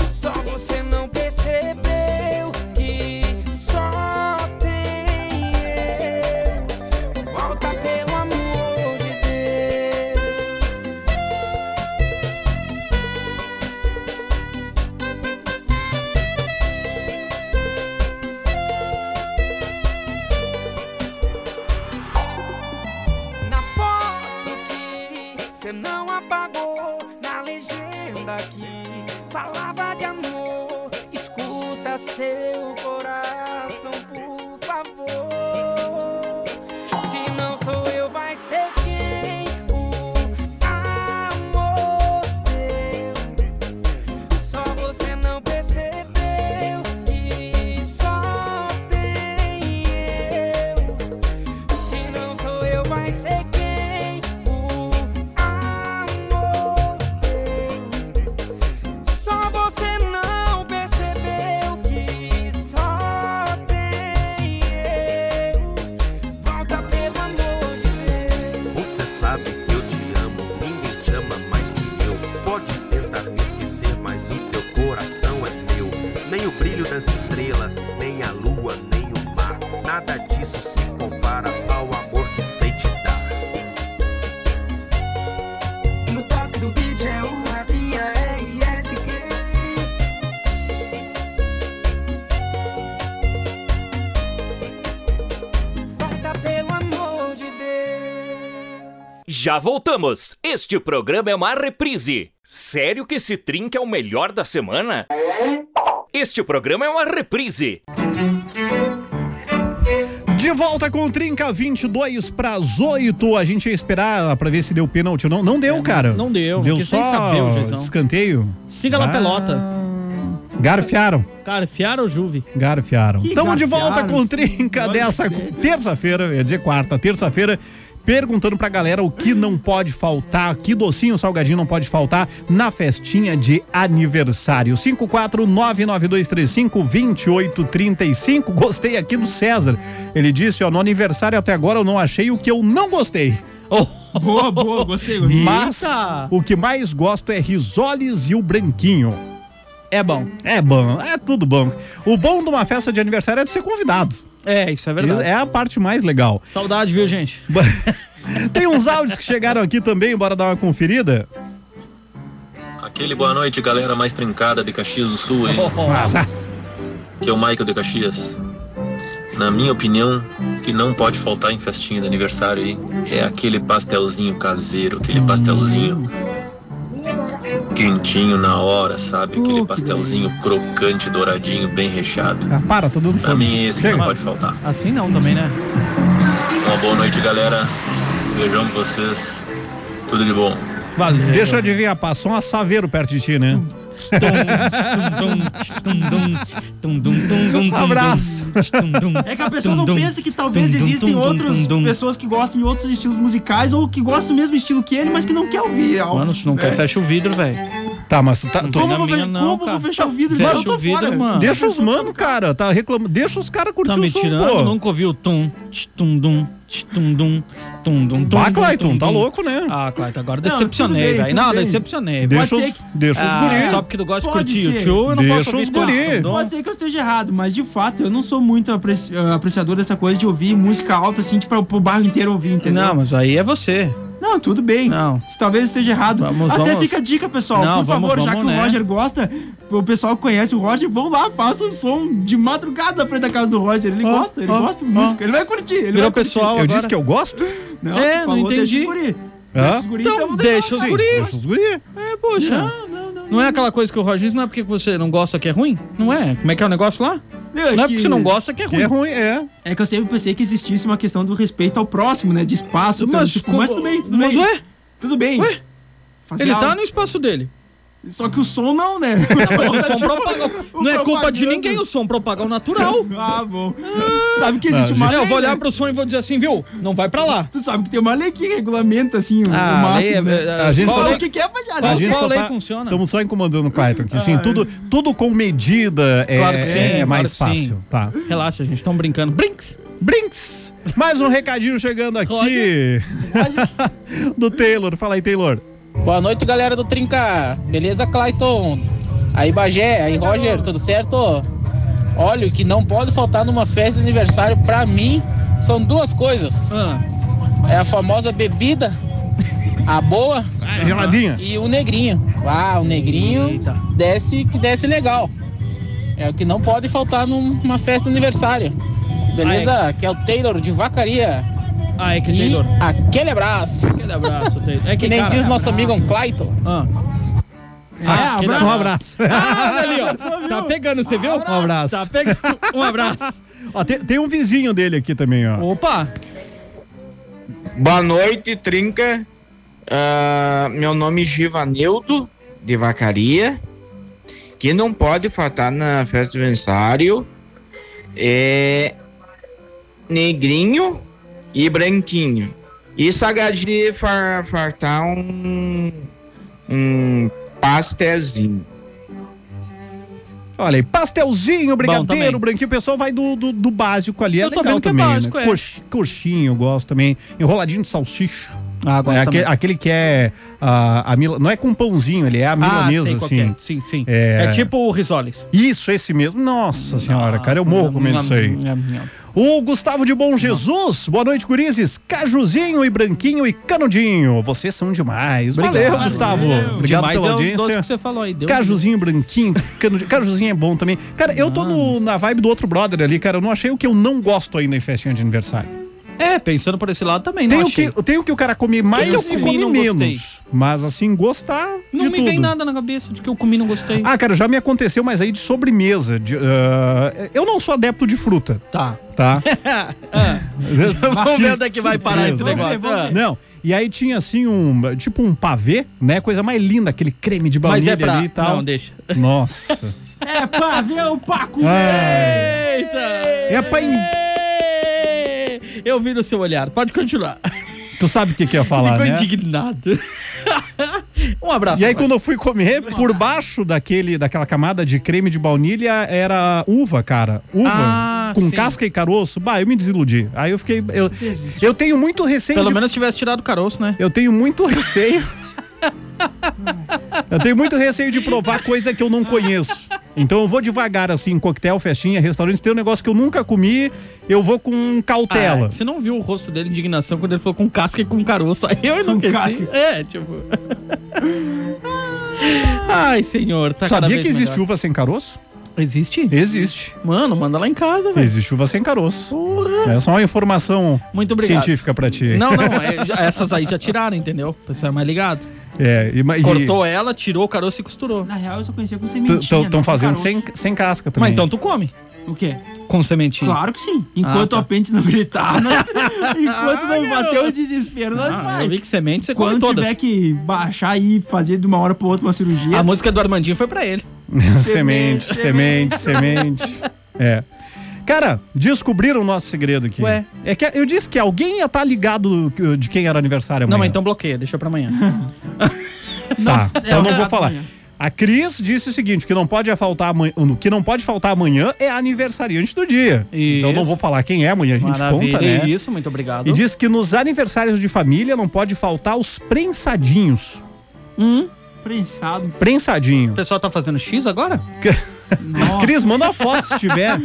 Só você não percebeu que só tem eu. Volta pelo amor de Deus. Na foto que cê não apagou, na legenda que falava de amor, escuta seu coração, por favor. Se não sou eu, vai ser quem? O amor teu. Só você não percebeu que só tem eu. Se não sou eu, vai ser quem? O amor teu. Só você não percebeu que só tem eu. Volta pelo amor de Deus. Você sabe que eu te amo, ninguém te ama mais que eu. Pode tentar me esquecer, mas o teu coração é meu. Nem o brilho das estrelas, nem a lua, nem o mar. Nada disso se compara ao amor que sei te dar. No toque do vídeo é o Ravinha RSQ. Volta pelo amor de Deus. Já voltamos! Este programa é uma reprise. Sério que esse trinca é o melhor da semana? Este programa é uma reprise. De volta com o Trinca 22 pras 8. A gente ia esperar pra ver se deu pênalti ou não. Não deu, cara. É, não deu. Deu Quis só nem saber o juizão. escanteio. Siga lá, Ah, pelota. Garfiaram. Cara, fiaram o Juve. Garfiaram. Tamo de volta garfiaram, com o sim. Trinca Olha dessa que ideia. terça-feira, eu ia dizer quarta, terça-feira, perguntando pra galera o que não pode faltar, que docinho salgadinho não pode faltar na festinha de aniversário. 54992352835. Gostei aqui do César. Ele disse, ó, no aniversário até agora eu não achei o que eu não gostei. Oh, Boa, boa, gostei, gostei. Mas Eita! o que mais gosto é risoles e o branquinho. É bom. É bom, é tudo bom. O bom de uma festa de aniversário é de ser convidado. É, isso é verdade. É a parte mais legal. Saudade, viu, gente? Tem uns áudios que chegaram aqui também, bora dar uma conferida. Aquele boa noite, galera mais trincada de Caxias do Sul, hein? Mas, ah, que é o Michael de Caxias. Na minha opinião, o que não pode faltar em festinha de aniversário aí é aquele pastelzinho caseiro, aquele pastelzinho quentinho na hora, sabe? Uh, Aquele pastelzinho crocante, douradinho, bem recheado. ah, para, tá dando Pra mim, fome. esse que não Chega. pode faltar. Assim não também, né? Uma boa noite, galera. Beijão pra vocês. Tudo de bom. Valeu. Deixa eu adivinhar, passou um assaveiro perto de ti, né? Um abraço. É que a pessoa não pensa que talvez existem outras pessoas que gostam de outros estilos musicais ou que gostam do mesmo estilo que ele, mas que não quer ouvir algo. Mano, se não quer, fecha o vidro, velho. Tá, mas tu tá. tu- Como, na eu vou, minha fe- não, como eu vou cara. fechar o vidro? Fecha Não, eu tô o vidro, fora. mano. Deixa os mano, cara, tá reclamando. Deixa os caras curtir Tá o me som, tirando? pô. Nunca ouviu o tum, tch, tum, dum, tch, tum, dum, tum, dum, tum, Bah, dum, Clayton, tum, tá dum. louco, né? Ah, Clayton, agora Não, decepcionei, tudo bem, velho. tudo Não, bem. decepcionei. deixa pode os, ser que- deixa os guri. Ah, só porque tu gosta de Pode curtir o ser. tio, eu não Deixa posso ouvir os guri. tum, dum. Pode ser que eu esteja errado, mas de fato eu não sou muito apreci- ah, apreciador dessa coisa de ouvir música alta assim, tipo, pro bairro inteiro ouvir, entendeu? Não, mas aí é você. Não, tudo bem. Não. Se talvez esteja errado. Vamos, Até vamos. fica a dica, pessoal. Não, Por vamos, favor, já vamos, que né? o Roger gosta, o pessoal que conhece o Roger, vão lá, façam som de madrugada na frente da casa do Roger. Ele Ó, gosta, ele ó, gosta de ó. música. Ele vai curtir, ele Virou vai curtir. pessoal Eu agora. disse que eu gosto? Não, É, tu não falou, deixa entendi. os guri. Hã? Esses guris, Então vou deixa os deixar. guri. Deixa os guri. É, poxa. Não, não, não. Não é aquela coisa que o Roger diz, não é porque você não gosta que é ruim? Não é? Como é que é o negócio lá? Não, Não é que- porque você não gosta que é Que é ruim. ruim, é. É que eu sempre pensei que existisse uma questão do respeito ao próximo, né? De espaço, mas, tipo, como- mas tudo bem, tudo mas bem. ué, Tudo bem. Ué? Fazer ele tá algo. no espaço dele. Só que o som não, né? Mas o som um propaga. Não é culpa de propagando. ninguém, o som propaga o natural. ah, bom. Sabe que existe Não, uma Né, lei, eu vou olhar né? pro som e vou dizer assim, viu? Não vai pra lá. Ah, é, Tu sabe que tem uma lei que regulamenta, assim, Ah, o- o é máximo, né? A gente qual só Fala lei- o que quer, mas já A não gente tem. só lei funciona? Ah, é. Estamos tá- só incomodando o Clayton, que sim, tudo, tudo com medida é, Claro que sim, é claro mais que sim. fácil. Tá. Relaxa, gente, estão brincando. Brinks! Brinks! Mais um recadinho chegando aqui Roger. do Taylor. Fala aí, Taylor. Boa noite, galera do Trinca. Beleza, Clayton? Aí, Bagé, aí, Roger, tudo certo? Olha, o que não pode faltar numa festa de aniversário, pra mim, são duas coisas. Ah, É a famosa bebida, a boa Ah, geladinha. e o negrinho. Ah, o negrinho Eita. desce que desce legal. É o que não pode faltar numa festa de aniversário. Beleza? Que é o Taylor de Vacaria. ah é Ah, que E Taylor. aquele abraço. Aquele abraço, Taylor. É Que nem cara, diz abraço. nosso amigo um Clayton. Ah. Ah, aquele abraço. Um abraço. É, Ah, olha ali, ó. Tá pegando, você viu? Um abraço. Tá pegando. Um abraço. Ó, tem, tem um vizinho dele aqui também, ó. Opa! Boa noite, Trinca. Ah, meu nome é Givanildo, de Vacaria. Que não pode faltar na festa de aniversário é negrinho e branquinho. E sagade de fa- fartar um, um pastezinho. Olha aí, pastelzinho, brigadeiro, também. branquinho. O pessoal vai do, do, do básico ali. É Eu tô legal vendo que é também. básico, né? é. Coxi- coxinha, eu gosto também. Enroladinho de salsicha. Ah, É gosto aquele, aquele que é ah, a mila, não é com pãozinho, ele é a milanesa, Ah, sei qual que assim. é. Sim, sim. É. É, tipo o risoles. Ah, Isso, esse mesmo. Nossa senhora, cara, eu morro comendo isso aí. O Gustavo de Bom Jesus, boa noite, gurizes. Cajuzinho e Branquinho e Canudinho, vocês são demais. Valeu, Gustavo. Obrigado Demais é pela os dois audiência. que você falou aí. Deus Cajuzinho, branquinho, canudinho. Cajuzinho é bom também. Cara, eu Ah, tô no- na vibe do outro brother ali, cara. Eu não achei o que eu não gosto ainda em festinha de aniversário. É, pensando por esse lado também, não Tem o, achei. que, tem o que o cara come mais eu e comi e come não menos. Mas assim, gostar Não de me tudo. vem nada na cabeça de que eu comi e não gostei. Ah, cara, já me aconteceu, mas aí de sobremesa. de, ah, eu não sou adepto de fruta, Tá. Ah, tá? Vamos ver onde é que vai parar esse Surpresa. negócio. Ah. Não, e aí tinha assim um, tipo um pavê, né? Coisa mais linda, aquele creme de Mas baunilha é pra... ali e tal. Não, deixa. Nossa. É pra ver o Paco. É. Eita! Ai, é pra... in- Eu vi no seu olhar. Pode continuar. Tu sabe o que que eu ia falar, Ficou né? indignado. um abraço. E aí Roger. quando eu fui comer, por baixo daquele, daquela camada de creme de baunilha era uva, cara. Uva Ah, com sim. casca e caroço. Bah, eu me desiludi. Aí eu fiquei... Eu, eu tenho muito receio Pelo de menos tivesse tirado o caroço, né? Eu tenho muito receio. eu tenho muito receio de provar coisa que eu não conheço. Então eu vou devagar, assim, coquetel, festinha, restaurante. Se tem um negócio que eu nunca comi, eu vou com cautela. Ah, você não viu o rosto dele de indignação quando ele falou com casca e com caroço. Aí Eu enlouqueci. casca. É, tipo... Ai, senhor. Tá cada Sabia vez que existe melhor. uva sem caroço? Existe? Existe. Mano, manda lá em casa, velho. Existe uva sem caroço. É só uma informação Muito obrigado. científica pra ti. Não, não. é- já- essas aí já tiraram, entendeu? O pessoal é mais ligado. É, e, ma- e Cortou ela, tirou o caroço e costurou. Na real, eu só conhecia com t- sementinha. tão- não tão com fazendo caroço. sem, sem casca também. Mas então tu come O quê? com sementinha. Claro que sim. Enquanto Ah, tá. o apêndice não gritar, nós- Ah, enquanto não meu. bateu o desespero, nós Ah, vai. eu vi que semente você come Quando todas. tiver que baixar e fazer de uma hora pra outra uma cirurgia, A música do Armandinho foi pra ele. semente, semente, semente. É. Cara, descobriram o nosso segredo aqui. Ué. É que eu disse que alguém ia estar ligado que- de quem era aniversário amanhã. Não, mas então É bloqueia, deixa pra amanhã. Tá, então eu não vou obrigado, falar. amanhã. A Cris disse o seguinte: que não pode faltar amanhã, o que não pode faltar amanhã é aniversariante do dia. Isso. Então eu não vou falar quem é, amanhã a gente Maravilha, É conta, né? isso, muito obrigado. E diz que nos aniversários de família não pode faltar os prensadinhos. Hum, prensado. o Prensadinho. pessoal tá fazendo X agora? Nossa. Cris, manda a foto se tiver.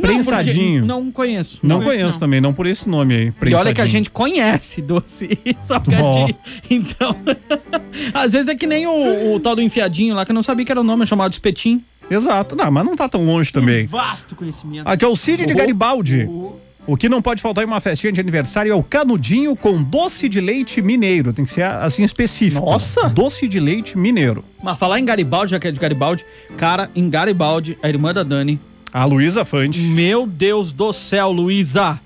prensadinho. porque Não conheço. Não, Não, esse conheço não. também, não por esse nome E aí. olha que a prensadinho. gente conhece doce e salgadinho. Então, às vezes é que nem o, o tal do enfiadinho lá, que eu não sabia que era o nome, é chamado espetinho. Exato. Não, mas não tá tão longe também. Vasto conhecimento. Aqui é o Cid de Garibaldi. O- O, O que não pode faltar em uma festinha de aniversário é o canudinho com doce de leite mineiro. Tem que ser assim específico. Nossa! Doce de leite mineiro. Mas falar em Garibaldi, já que é de Garibaldi, cara, em Garibaldi, a irmã da Dani. A Luísa Fante. Meu Deus do céu, Luísa!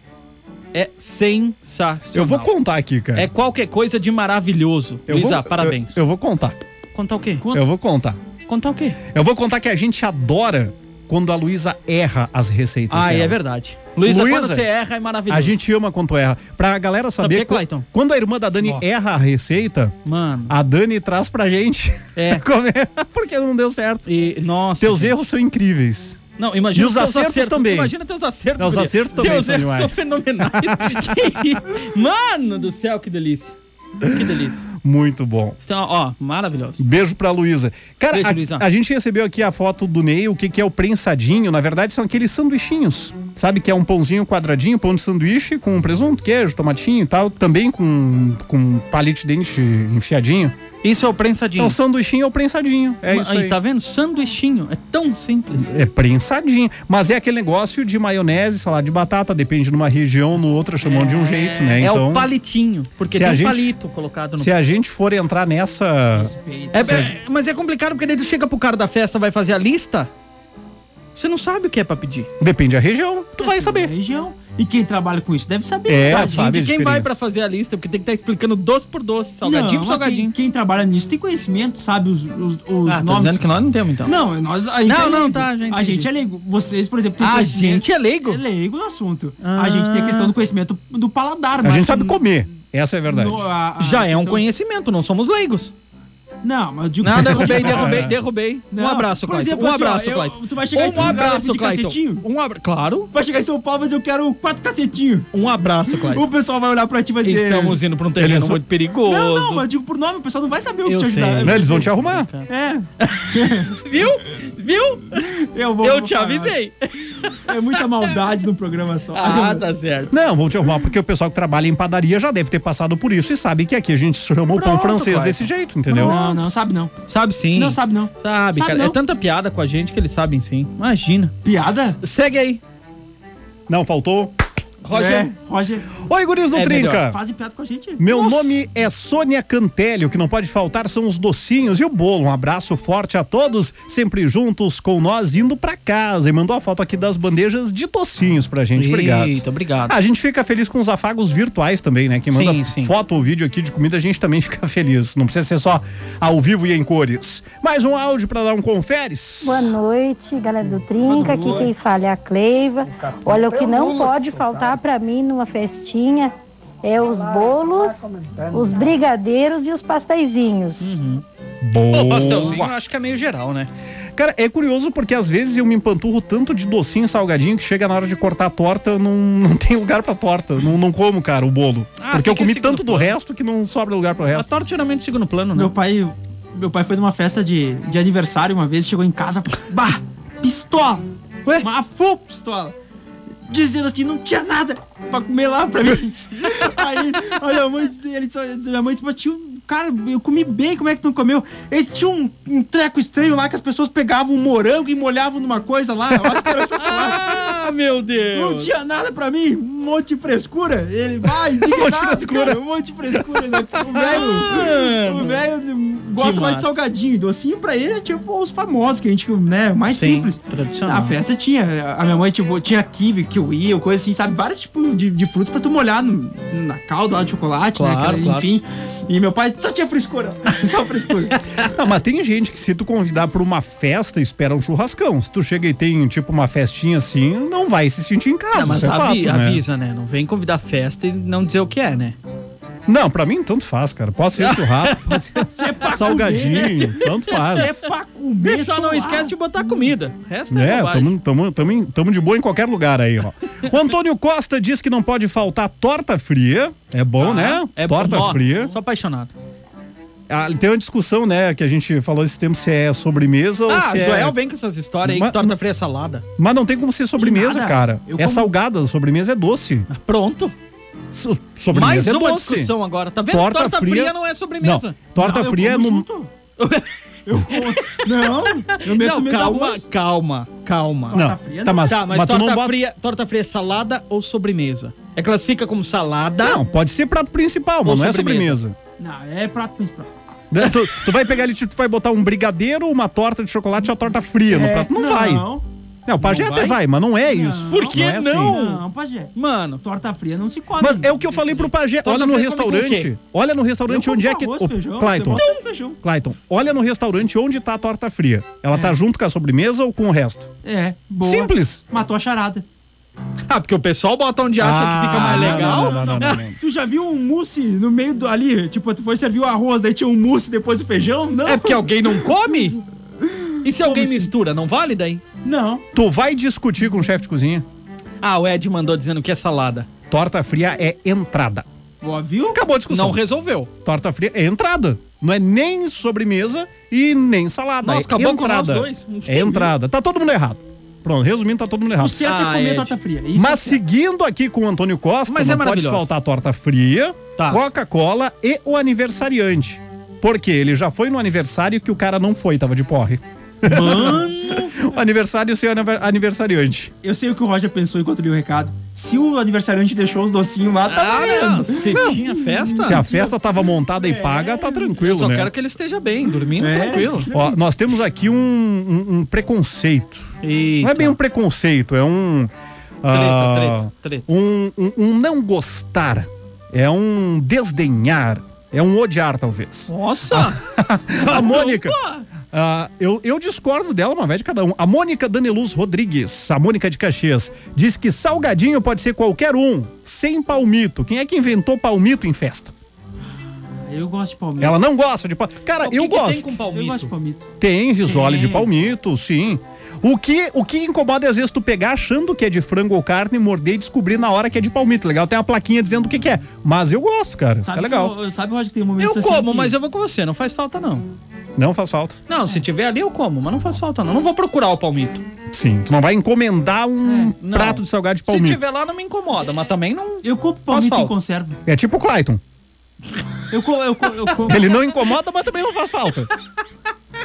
É sensacional. Eu vou contar aqui, cara. É qualquer coisa de maravilhoso. Eu Luísa, vou- parabéns. Eu, eu vou contar. Contar o quê? Eu vou contar. Contar o quê? Eu vou contar que a gente adora quando a Luísa erra as receitas Ah, dela. é verdade. Luísa, quando Luísa, você erra, é maravilhoso. A gente ama quando erra. Pra galera saber, Sabia, qu- é, Clayton? quando a irmã da Dani Ó. erra a receita, Mano. a Dani traz pra gente. É. Como é? Porque não deu certo. E, nossa. Teus erros são incríveis. Não, imagina E os teus acertos também. Imagina teus acertos. Os guria. acertos também Teus são erros são demais. fenomenais. Que isso. Mano do céu, que delícia. Que delícia. Muito bom. Então, ó, maravilhoso. Beijo pra Luísa. Cara, Beijo, a- Luísa. a, gente recebeu aqui a foto do Ney, o que, que é o prensadinho. Na verdade, são aqueles sanduichinhos. Sabe que é um pãozinho quadradinho, pão de sanduíche, com presunto, queijo, tomatinho e tal. Também com, com palito de dente enfiadinho. Isso é o prensadinho. É o sanduichinho ou prensadinho. É Ma- isso aí, aí. tá vendo? Sanduichinho. É tão simples. É prensadinho. Mas é aquele negócio de maionese, salada de batata, depende numa região, no outra chamam de um jeito, né? É Então, o palitinho. Porque se tem a um gente- palito colocado no se a gente for entrar nessa. É, se a gente- é, mas é complicado porque daí tu chega pro cara da festa, vai fazer a lista. Você não sabe o que é pra pedir. Depende da região, tu vai saber. Região. E quem trabalha com isso deve saber. É, Tadinho sabe a de quem vai diferença. pra fazer a lista, porque tem que estar explicando doce por doce, salgadinho Não, por mas salgadinho. Quem, quem trabalha nisso tem conhecimento, sabe os, os, os Ah, tá nomes. dizendo que nós não temos, então. Não, nós. A gente Não, é não, leigo. tá, já A entendi. gente é leigo. Vocês, por exemplo, têm A conhecimento- gente é leigo? Ah. É leigo no assunto. A gente tem a questão do conhecimento do paladar, A gente sabe comer. Essa é a verdade. No- a- a Já é um questão- conhecimento, não somos leigos. Não, mas eu digo. Não, derrubei, derrubei, derrubei. um É. Não, abraço, por Clayton. exemplo, um assim, ó, abraço, eu- Clayton. tu vai chegar em um todo lugar e abraço, pedir Clayton. cacetinho? Um abra... Claro. Vai chegar em São Paulo, mas eu quero quatro cacetinhos. Um abraço, Clayton. O pessoal vai olhar pra ti e vai dizer. Estamos indo pra um terreno Eles- muito perigoso. Não, não, mas eu digo por nome, o pessoal não vai saber o que Eu te sei. ajudar. Né, eles vão te arrumar. É, Viu? Viu? eu vou. Eu vou te falar. avisei. É muita maldade no programa só. Ah, tá certo. Não, vão te arrumar, porque o pessoal que trabalha em padaria já deve ter passado por isso e sabe que aqui a gente chama o pão Pronto, francês Clayton. desse jeito, entendeu? Não, não, sabe não. Sabe sim. Não sabe não. Sabe, Sabe cara. não. É tanta piada com a gente que eles sabem sim. Imagina. Piada? Segue aí. Não, faltou. Né? Roger. É, Roger, Oi, guris do É Trinca. melhor. fazem piada com a gente. Meu Nossa. nome é Sônia Cantelli. O que não pode faltar são os docinhos e o bolo. Um abraço forte a todos, sempre juntos com nós, indo pra casa. E mandou a foto aqui das bandejas de docinhos pra gente. Obrigado. Ah, Eita, obrigado. A gente fica feliz com os afagos virtuais também, né? Quem manda Sim, sim. foto ou vídeo aqui de comida, a gente também fica feliz. Não precisa ser só ao vivo e em cores. Mais um áudio pra dar um conferes. Boa noite, galera do Trinca. Aqui noite. quem fala é a Cleiva. Olha, o que não pode faltar para mim numa festinha é os bolos, os brigadeiros e os pasteizinhos. Uhum. Boa. Pô, pastelzinho eu acho que é meio geral, né? Cara, é curioso porque às vezes eu me empanturro tanto de docinho e salgadinho que chega na hora de cortar a torta, eu não, não tem lugar pra torta. Não, não como, cara, o bolo. Ah, porque fica eu em comi segundo tanto do plano. resto que não sobra lugar pro A resto. torta geralmente é segundo plano, né? Meu pai, meu pai foi numa festa de, de aniversário uma vez, chegou em casa, bah, pistola. Ué? Uma full pistola. Dizendo assim, não tinha nada pra comer lá pra mim. Aí, aí a mãe, disse- ele, disse- minha mãe disse, mas tio, cara, eu comi bem, como é que tu não comeu? Eles tinham um, um treco estranho lá que as pessoas pegavam um morango e molhavam numa coisa lá, eu acho que era chocolate. Ah, meu Não Deus. tinha nada pra mim, um monte de frescura. Ele vai, indignado, monte de frescura. cara, um monte de frescura. Né? O velho, Ah, Mano. o velho gosta massa. mais de salgadinho. Docinho pra ele é tipo os famosos que a gente, né, mais Sim, simples. tradicional. Na festa tinha, a minha mãe tipo, tinha kiwi, kiwi, coisa assim, sabe? Vários tipos de, de frutos pra tu molhar no- na calda lá de chocolate, né? Claro, cara? claro. Enfim. E meu pai só tinha frescura, só frescura. Não, mas tem gente que se tu convidar pra uma festa, espera um churrascão. Se tu chega e tem, tipo, uma festinha assim, não vai se sentir em casa. Ah, mas isso é avi- fato, né? avisa, né? Não vem convidar festa e não dizer o que é, né? Não, pra mim tanto faz, cara. Pode ser churrasco, pode ser Se é pra salgadinho, tanto comer, faz. se é pra comer, Só tu não lá. esquece de botar comida. O resto é, É, bobagem. tamo, tamo, tamo, em- tamo de boa em qualquer lugar aí, ó. O Antônio Costa diz que não pode faltar torta fria. É bom, né? É torta bom. fria. Sou apaixonado. Ah, tem uma discussão, né, que a gente falou esse tempo se é sobremesa ou Ah, se Joel é... vem com essas histórias aí Mas- que torta fria é salada. Mas não tem como ser sobremesa, De nada. cara. Eu É como- salgada, sobremesa é doce. Pronto. So- sobremesa Mais é uma doce. discussão agora. Tá vendo? Torta Torta, fria... fria não é sobremesa. Não, torta Não, eu fria é como no... junto. Não, eu meto não, medo calma, arroz. calma, calma. Não, Torta fria, não. tá, mas- Tá, mas mas tu torta, não bota- fria, torta fria é salada ou sobremesa? É que elas ficam como salada. Não, pode ser prato principal, mas Ou não é sobremesa. sobremesa. Não, é prato principal. Né? tu, tu vai pegar ali, tipo, tu vai botar um brigadeiro, uma torta de chocolate e uma torta fria no É, prato. Não, não. vai. Não, o pajé Não até vai? vai, mas não é isso. Por que é assim. Não, pajé. Mano. Torta fria não se come. Mas é o que eu falei pro pajé. Torta Olha no fria come com restaurante. quê? Olha no restaurante Eu como onde é com que. arroz, Ô, feijão, Clayton. Então, cebola e feijão. Clayton, olha no restaurante onde tá a torta fria. Ela tá junto com a sobremesa ou com o resto? É, boa. Simples. Matou a charada. Ah, Ah, porque o pessoal bota onde acha que Ah, fica mais Ah, legal. Tu já viu um mousse no meio do ali? Tipo, tu foi servir o arroz, daí tinha um mousse, depois o feijão? Não. É porque alguém não come? E se assim? alguém mistura, não vale daí? Não. Tu vai discutir com o chefe de cozinha? Ah, o Ed mandou dizendo que é salada. Torta fria é entrada. Óbvio. Acabou a discussão. Não resolveu. Torta fria é entrada. Não é nem sobremesa e nem salada. Nossa, é acabou com entrada. nós dois. Não É tem entrada. Tá todo mundo errado. Pronto, resumindo, tá todo mundo errado. O certo Ah, é comer torta fria. Isso Mas é seguindo aqui com o Antônio Costa, Mas é não pode maravilhosa. faltar torta fria, Tá. Coca-Cola e o aniversariante. Porque ele já foi no aniversário que o cara não foi, tava de porre. Mano! o aniversário sem o aniver- aniversariante. Tá, Eu sei o que o Roger pensou enquanto lia o recado. Se o aniversariante deixou os docinhos lá, tá Ah, valendo. não. Se tinha festa? Se a festa tava montada e paga, tá tranquilo, Eu só né? É. quero que ele esteja bem, dormindo tranquilo. Ó, nós temos aqui um, um- um preconceito. Não é bem um preconceito, é um. ah, treta, treta. Um, um- um não gostar. É um desdenhar. É um odiar, talvez. Nossa! A Mônica. ah, eu, eu discordo dela uma vez de cada um. A Mônica Daniluz Rodrigues, a Mônica de Caxias, diz que salgadinho pode ser qualquer um, sem palmito. Quem é que inventou palmito em festa? Eu gosto de palmito. Ela não gosta de palmito. Cara, O que eu que tem gosto. com palmito? Eu gosto de palmito. Tem risole de Tem. palmito, sim. O que, o que incomoda é às vezes tu pegar achando que é de frango ou carne, morder e descobrir na hora que é de palmito. Legal, tem uma plaquinha dizendo o que, que é. Mas eu gosto, cara. Sabe é legal. que eu- eu- sabe, Roger, que tem momentos Eu assim como, que- mas eu vou com você, não faz falta não. Não faz falta. Não, se tiver ali eu como, mas não faz falta não. Não vou procurar o palmito. Sim, tu não vai encomendar um É, não. prato de salgado de Se palmito. tiver lá não me incomoda, mas também não. Eu compro palmito palmito em conserva. É tipo o Clayton. Eu como, eu como, eu como. Ele não incomoda, mas também não faz falta.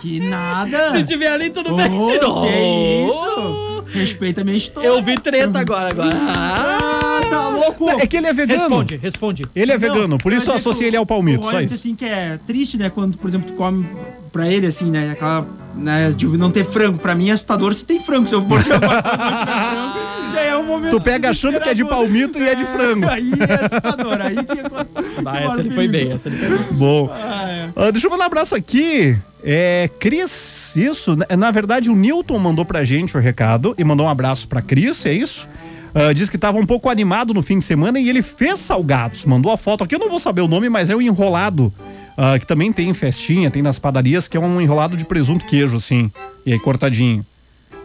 Que nada. É. Se tiver ali Oh, tudo bem. Ô, se não- que isso? Respeita a minha história. Eu vi treta agora, agora. Ah, tá louco. É que ele é vegano. Responde, responde. Ele é Não, vegano, por mas isso eu é que associei o- ele ao palmito, o só Roger isso. disse assim que é triste, né? Quando, por exemplo, tu come pra ele, assim, né? Aquela, né? De não ter frango. Pra mim é assustador se tem frango. Se eu for alguma coisa e não tiver frango, já é um momento Tu pega achando que é de palmito e é de frango. Aí é assustador. Aí que Vai, essa ele foi bem, essa ele foi bem. Bom. Tá, é. Ah, deixa eu mandar um abraço aqui. É, Cris, isso. Na, na verdade, o Newton mandou pra gente o recado e mandou um abraço pra Cris, é isso? Ah, diz que tava um pouco animado no fim de semana e ele fez salgados. Mandou a foto aqui, eu não vou saber o nome, mas é o enrolado. ah, que também tem em festinha, tem nas padarias, que é um enrolado de presunto e queijo, assim. E aí, cortadinho.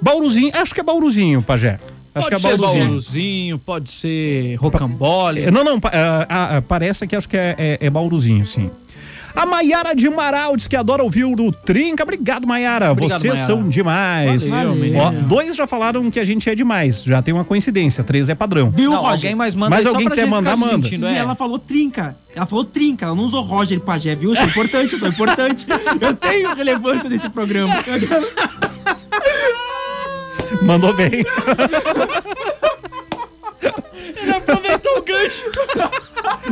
Bauruzinho, acho que é Bauruzinho, Pajé. Pode Acho que é ser Bauruzinho. bauruzinho, pode ser rocambole. É, Não, não, pa- ah, ah, ah, parece que acho que é, é, é Bauruzinho, sim. A Maiara de Amaral diz que adora ouvir o Trinca. Obrigado, Maiara. Obrigado, Vocês Maiara. são demais. Valeu, menino. Ó, dois já falaram que a gente é demais. Já tem uma coincidência. Três é padrão. Viu, Não, Roger? alguém mais manda Mas aí só alguém pra quiser gente mandar, ficar se manda. sentindo, E é. ela falou trinca. Ela falou trinca, ela não usou Roger e Pajé, viu? Isso é importante, isso é importante. Eu tenho relevância nesse programa. Mandou bem. Ele aproveitou o gancho.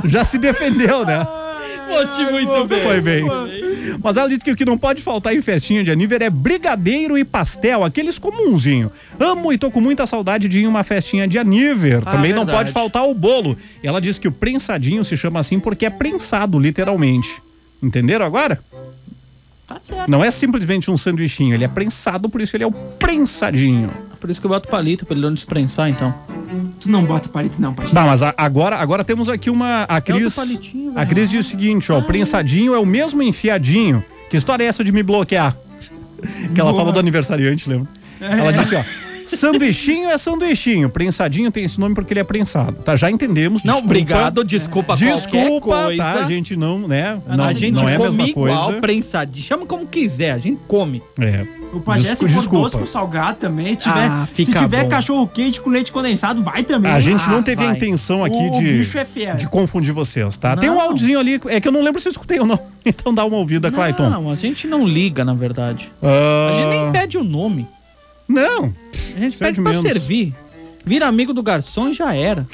já se defendeu, né? Foste muito bem. Foi bem. Mas ela disse que o que não pode faltar em festinha de aniver é brigadeiro e pastel, aqueles comunzinho. Amo e tô com muita saudade de ir em uma festinha de aniver. Ah, Também não verdade. pode faltar o bolo. E ela disse que o prensadinho se chama assim porque é prensado, literalmente. Entenderam agora? Tá certo. Não é simplesmente um sanduichinho, ele é prensado, por isso ele é o prensadinho. Por isso que eu boto palito, pra ele não desprensar, então. Tu não bota palito, não, Pajé. Não, mas a- agora, agora temos aqui uma. A Cris, palitinho, a Cris diz o seguinte: ó, Ah, o prensadinho é o mesmo enfiadinho. Que história é essa de me bloquear? Que ela Boa. falou do aniversariante, lembra? Ela disse, assim, ó. Sanduichinho é sanduichinho. Prensadinho tem esse nome porque ele é prensado. Tá, já entendemos. Não, desculpa. obrigado, desculpa Desculpa, qualquer tá? coisa. A gente não, né? A Não, gente não é a come mesma coisa. igual, prensadinho. Chama como quiser, a gente come. É. O Pajé, se Descu- for desculpa. doce com salgado também, se tiver, Ah, se fica tiver bom. cachorro quente com leite condensado, vai também. A gente não Ah, teve a vai. intenção aqui O- de, O bicho é fera. de confundir vocês, tá? Tem um Não. áudiozinho ali, é que eu não lembro se eu escutei ou não. Então dá uma ouvida, Clayton. Não, a gente não liga, na verdade. Ah. A gente nem pede o nome. Não. A gente Isso é pede de pra menos. servir. Vira amigo do garçom e já era.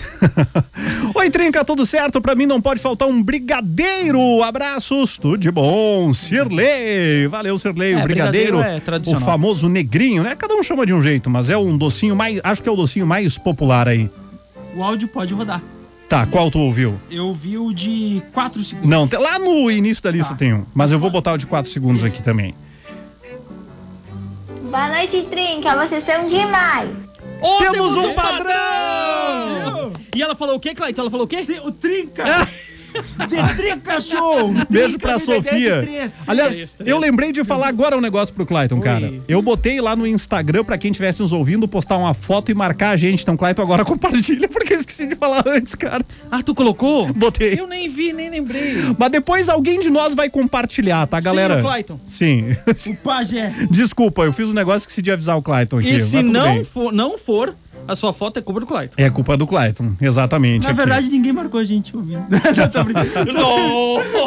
Oi, Trinca, tudo certo? Pra mim não pode faltar um brigadeiro. Abraços, tudo de bom. Sirley, valeu, Sirley. É, o brigadeiro, brigadeiro é tradicional. o famoso negrinho, né? Cada um chama de um jeito, mas é um docinho mais, acho que é o docinho mais popular aí. O áudio pode rodar. Tá, qual tu ouviu? Eu vi o de 4 segundos. Não, tem- lá no início da Tá. lista tem um, mas eu vou botar o de 4 segundos aqui também. Boa noite, Trinca. Vocês são demais. Temos um padrão! E ela falou o quê, Clayton? Ela falou o quê? O Trinca! The Trinca Show! Ah. Um Beijo pra Sofia. Aliás, eu eu lembrei de falar agora um negócio pro Clayton, cara. Eu botei lá no Instagram pra quem estivesse nos ouvindo postar uma foto e marcar a gente. Então, Clayton, agora compartilha, porque eu esqueci de falar antes, cara. Ah, tu colocou? Botei. Eu nem vi, nem lembrei. Mas depois alguém de nós vai compartilhar, tá, galera? é o Clayton. Sim. O pajé. Desculpa, eu fiz um negócio que se de avisar o Clayton aqui. E mas se tudo não bem. for, não for, a sua foto é culpa do Clayton. É culpa do Clayton, exatamente. Na aqui. verdade, ninguém marcou a gente ouvindo. Não, tô brincando.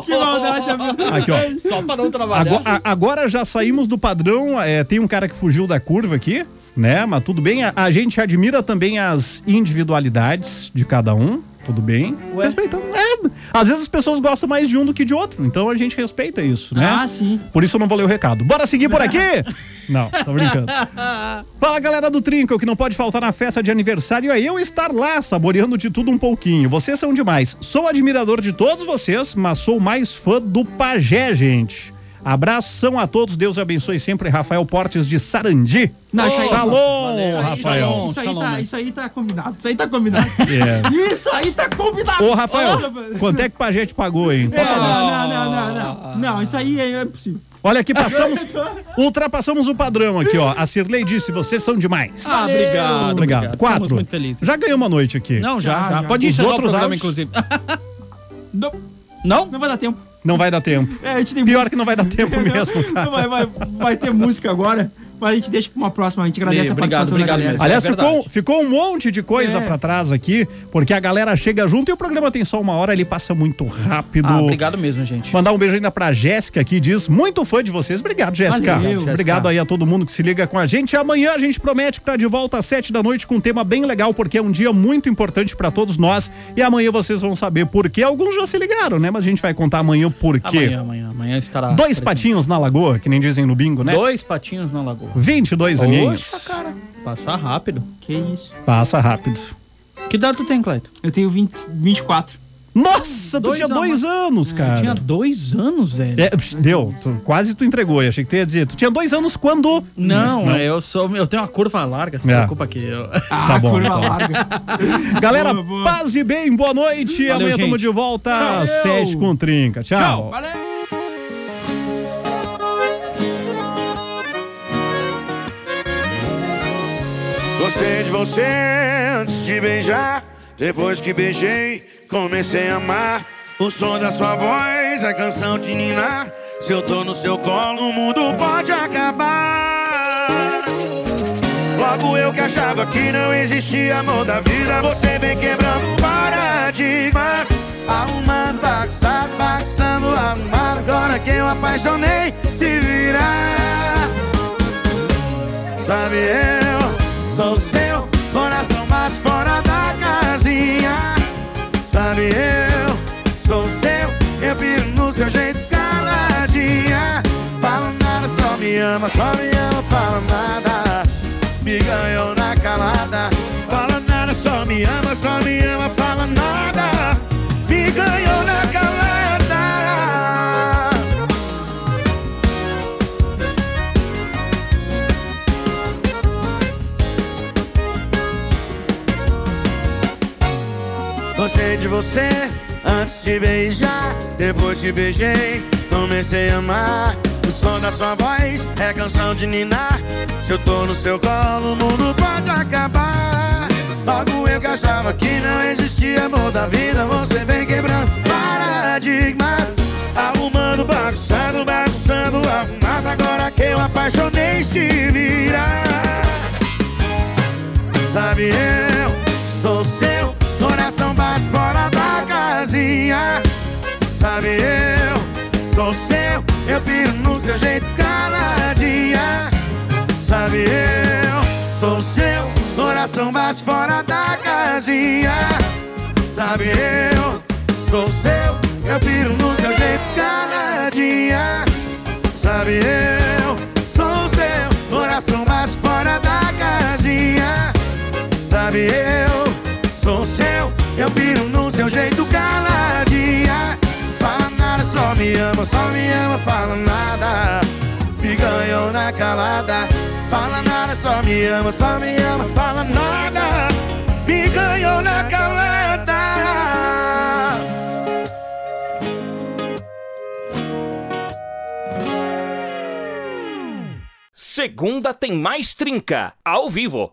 Que maldade, amigo. Aqui, ó. Só pra não trabalhar. Agora, a- agora já saímos do padrão. é, tem um cara que fugiu da curva aqui, né? Mas tudo bem. A, a gente admira também as individualidades de cada um. Tudo bem. Respeitando. É, às vezes as pessoas gostam mais de um do que de outro. Então a gente respeita isso, né? Ah, sim. Por isso eu não vou ler o recado. Bora seguir por aqui? não, tô brincando. Fala galera do Trinca, o que não pode faltar na festa de aniversário é eu estar lá, saboreando de tudo um pouquinho. Vocês são demais. Sou admirador de todos vocês, mas sou mais fã do pajé, gente. Abração a todos, Deus abençoe sempre. Rafael Portes de Sarandi. Não, isso aí- Shalom, Isso aí- tá, Rafael. Isso aí, tá, isso aí tá combinado. Isso aí tá combinado. É. Isso aí tá combinado. Ô, Rafael, Olha, quanto é que o pajé te pagou, hein? É, não, não, não, não, não. Não, isso aí é, é possível. Olha aqui, passamos, ultrapassamos o padrão aqui, ó. A Cirlei disse, vocês são demais. Ah, obrigado, obrigado. Obrigado. Estamos Quatro. muito felizes. Já ganhou uma noite aqui. Não, já, já. Pode Os encerrar o outros programa, áudios inclusive. não. Não? Não vai dar tempo. Não vai dar tempo. É, a gente tem Pior que não vai dar tempo mesmo, cara. Vai, vai, vai ter música agora, mas a gente deixa pra uma próxima. A gente agradece Ei, a obrigado, participação obrigado da galera. mesmo. É Aliás, ficou, ficou um monte de coisa pra trás aqui, porque a galera chega junto e o programa tem só uma hora, ele passa muito rápido. Ah, obrigado mesmo, gente. Mandar um beijo ainda pra Jéssica aqui, diz muito fã de vocês. Obrigado, Jéssica. Valeu, Jéssica. Obrigado aí a todo mundo que se liga com a gente. Amanhã a gente promete que tá de volta às sete da noite com um tema bem legal, porque é um dia muito importante pra todos nós. E amanhã vocês vão saber por quê. Alguns já se ligaram, né? Mas a gente vai contar amanhã o porquê. Amanhã, amanhã, amanhã estará. Dois presente. patinhos na lagoa, que nem dizem no bingo, né? Dois patinhos na lagoa. 22 Poxa, aninhos. cara. Passar rápido. Que isso. Passa rápido. Que idade tu tem, Clayton? Eu tenho 20, 24. Nossa, tu Dois tinha a mais. dois anos, cara. tinha dois anos, velho. É, psh, deu, tu- quase tu entregou. eu Achei que tu ia dizer. Tu tinha dois anos quando. Não, é, eu sou. Eu tenho uma curva larga, se É. preocupa que eu. Ah, Tá bom. tá bom. Galera, paz e bem, boa noite. Valeu, Amanhã tamo gente. de volta às sete com trinca. Tchau. Gostei de você antes de beijar. Depois que beijei, comecei a amar. O som da sua voz, a canção de Nina. Se eu tô no seu colo, o mundo pode acabar. Logo eu que achava que não existia amor da vida. Você vem quebrando paradigmas. Arrumando, bagunçado, bagunçando, arrumado. Agora que eu apaixonei, se virar. Sabe eu sou seu coração mais fora da casinha Sabe eu sou seu Eu piro no seu jeito caladinha Fala nada, só me ama, só me ama, fala nada Me ganhou na calada Fala nada, só me ama, só me ama, fala nada Me ganhou na calada Gostei de você antes de beijar, depois que beijei, comecei a amar. O som da sua voz é canção de ninar. Se eu tô no seu colo, o mundo pode acabar. Logo eu que achava que não existia amor da vida, você vem quebrando paradigmas. Arrumando, bagunçando, bagunçando, arrumado. Agora que eu apaixonei, se virar. Sabe eu sou seu coração bate fora da casinha Sabe eu sou no céu, eu piro no seu jeito cada dia. Sabe, eu sou o seu coração vaso fora da casinha. Sabe, eu sou o seu, eu piro no seu jeito cada dia. Sabe, eu sou o seu coração vaso fora da casinha. Sabe, eu sou o seu, eu piro no seu jeito caladinha. Fala nada, só me ama, só me ama, fala nada. Me ganhou na calada. Fala nada, só me ama, só me ama, fala nada. Me ganhou na calada. Segunda tem mais trinca, ao vivo.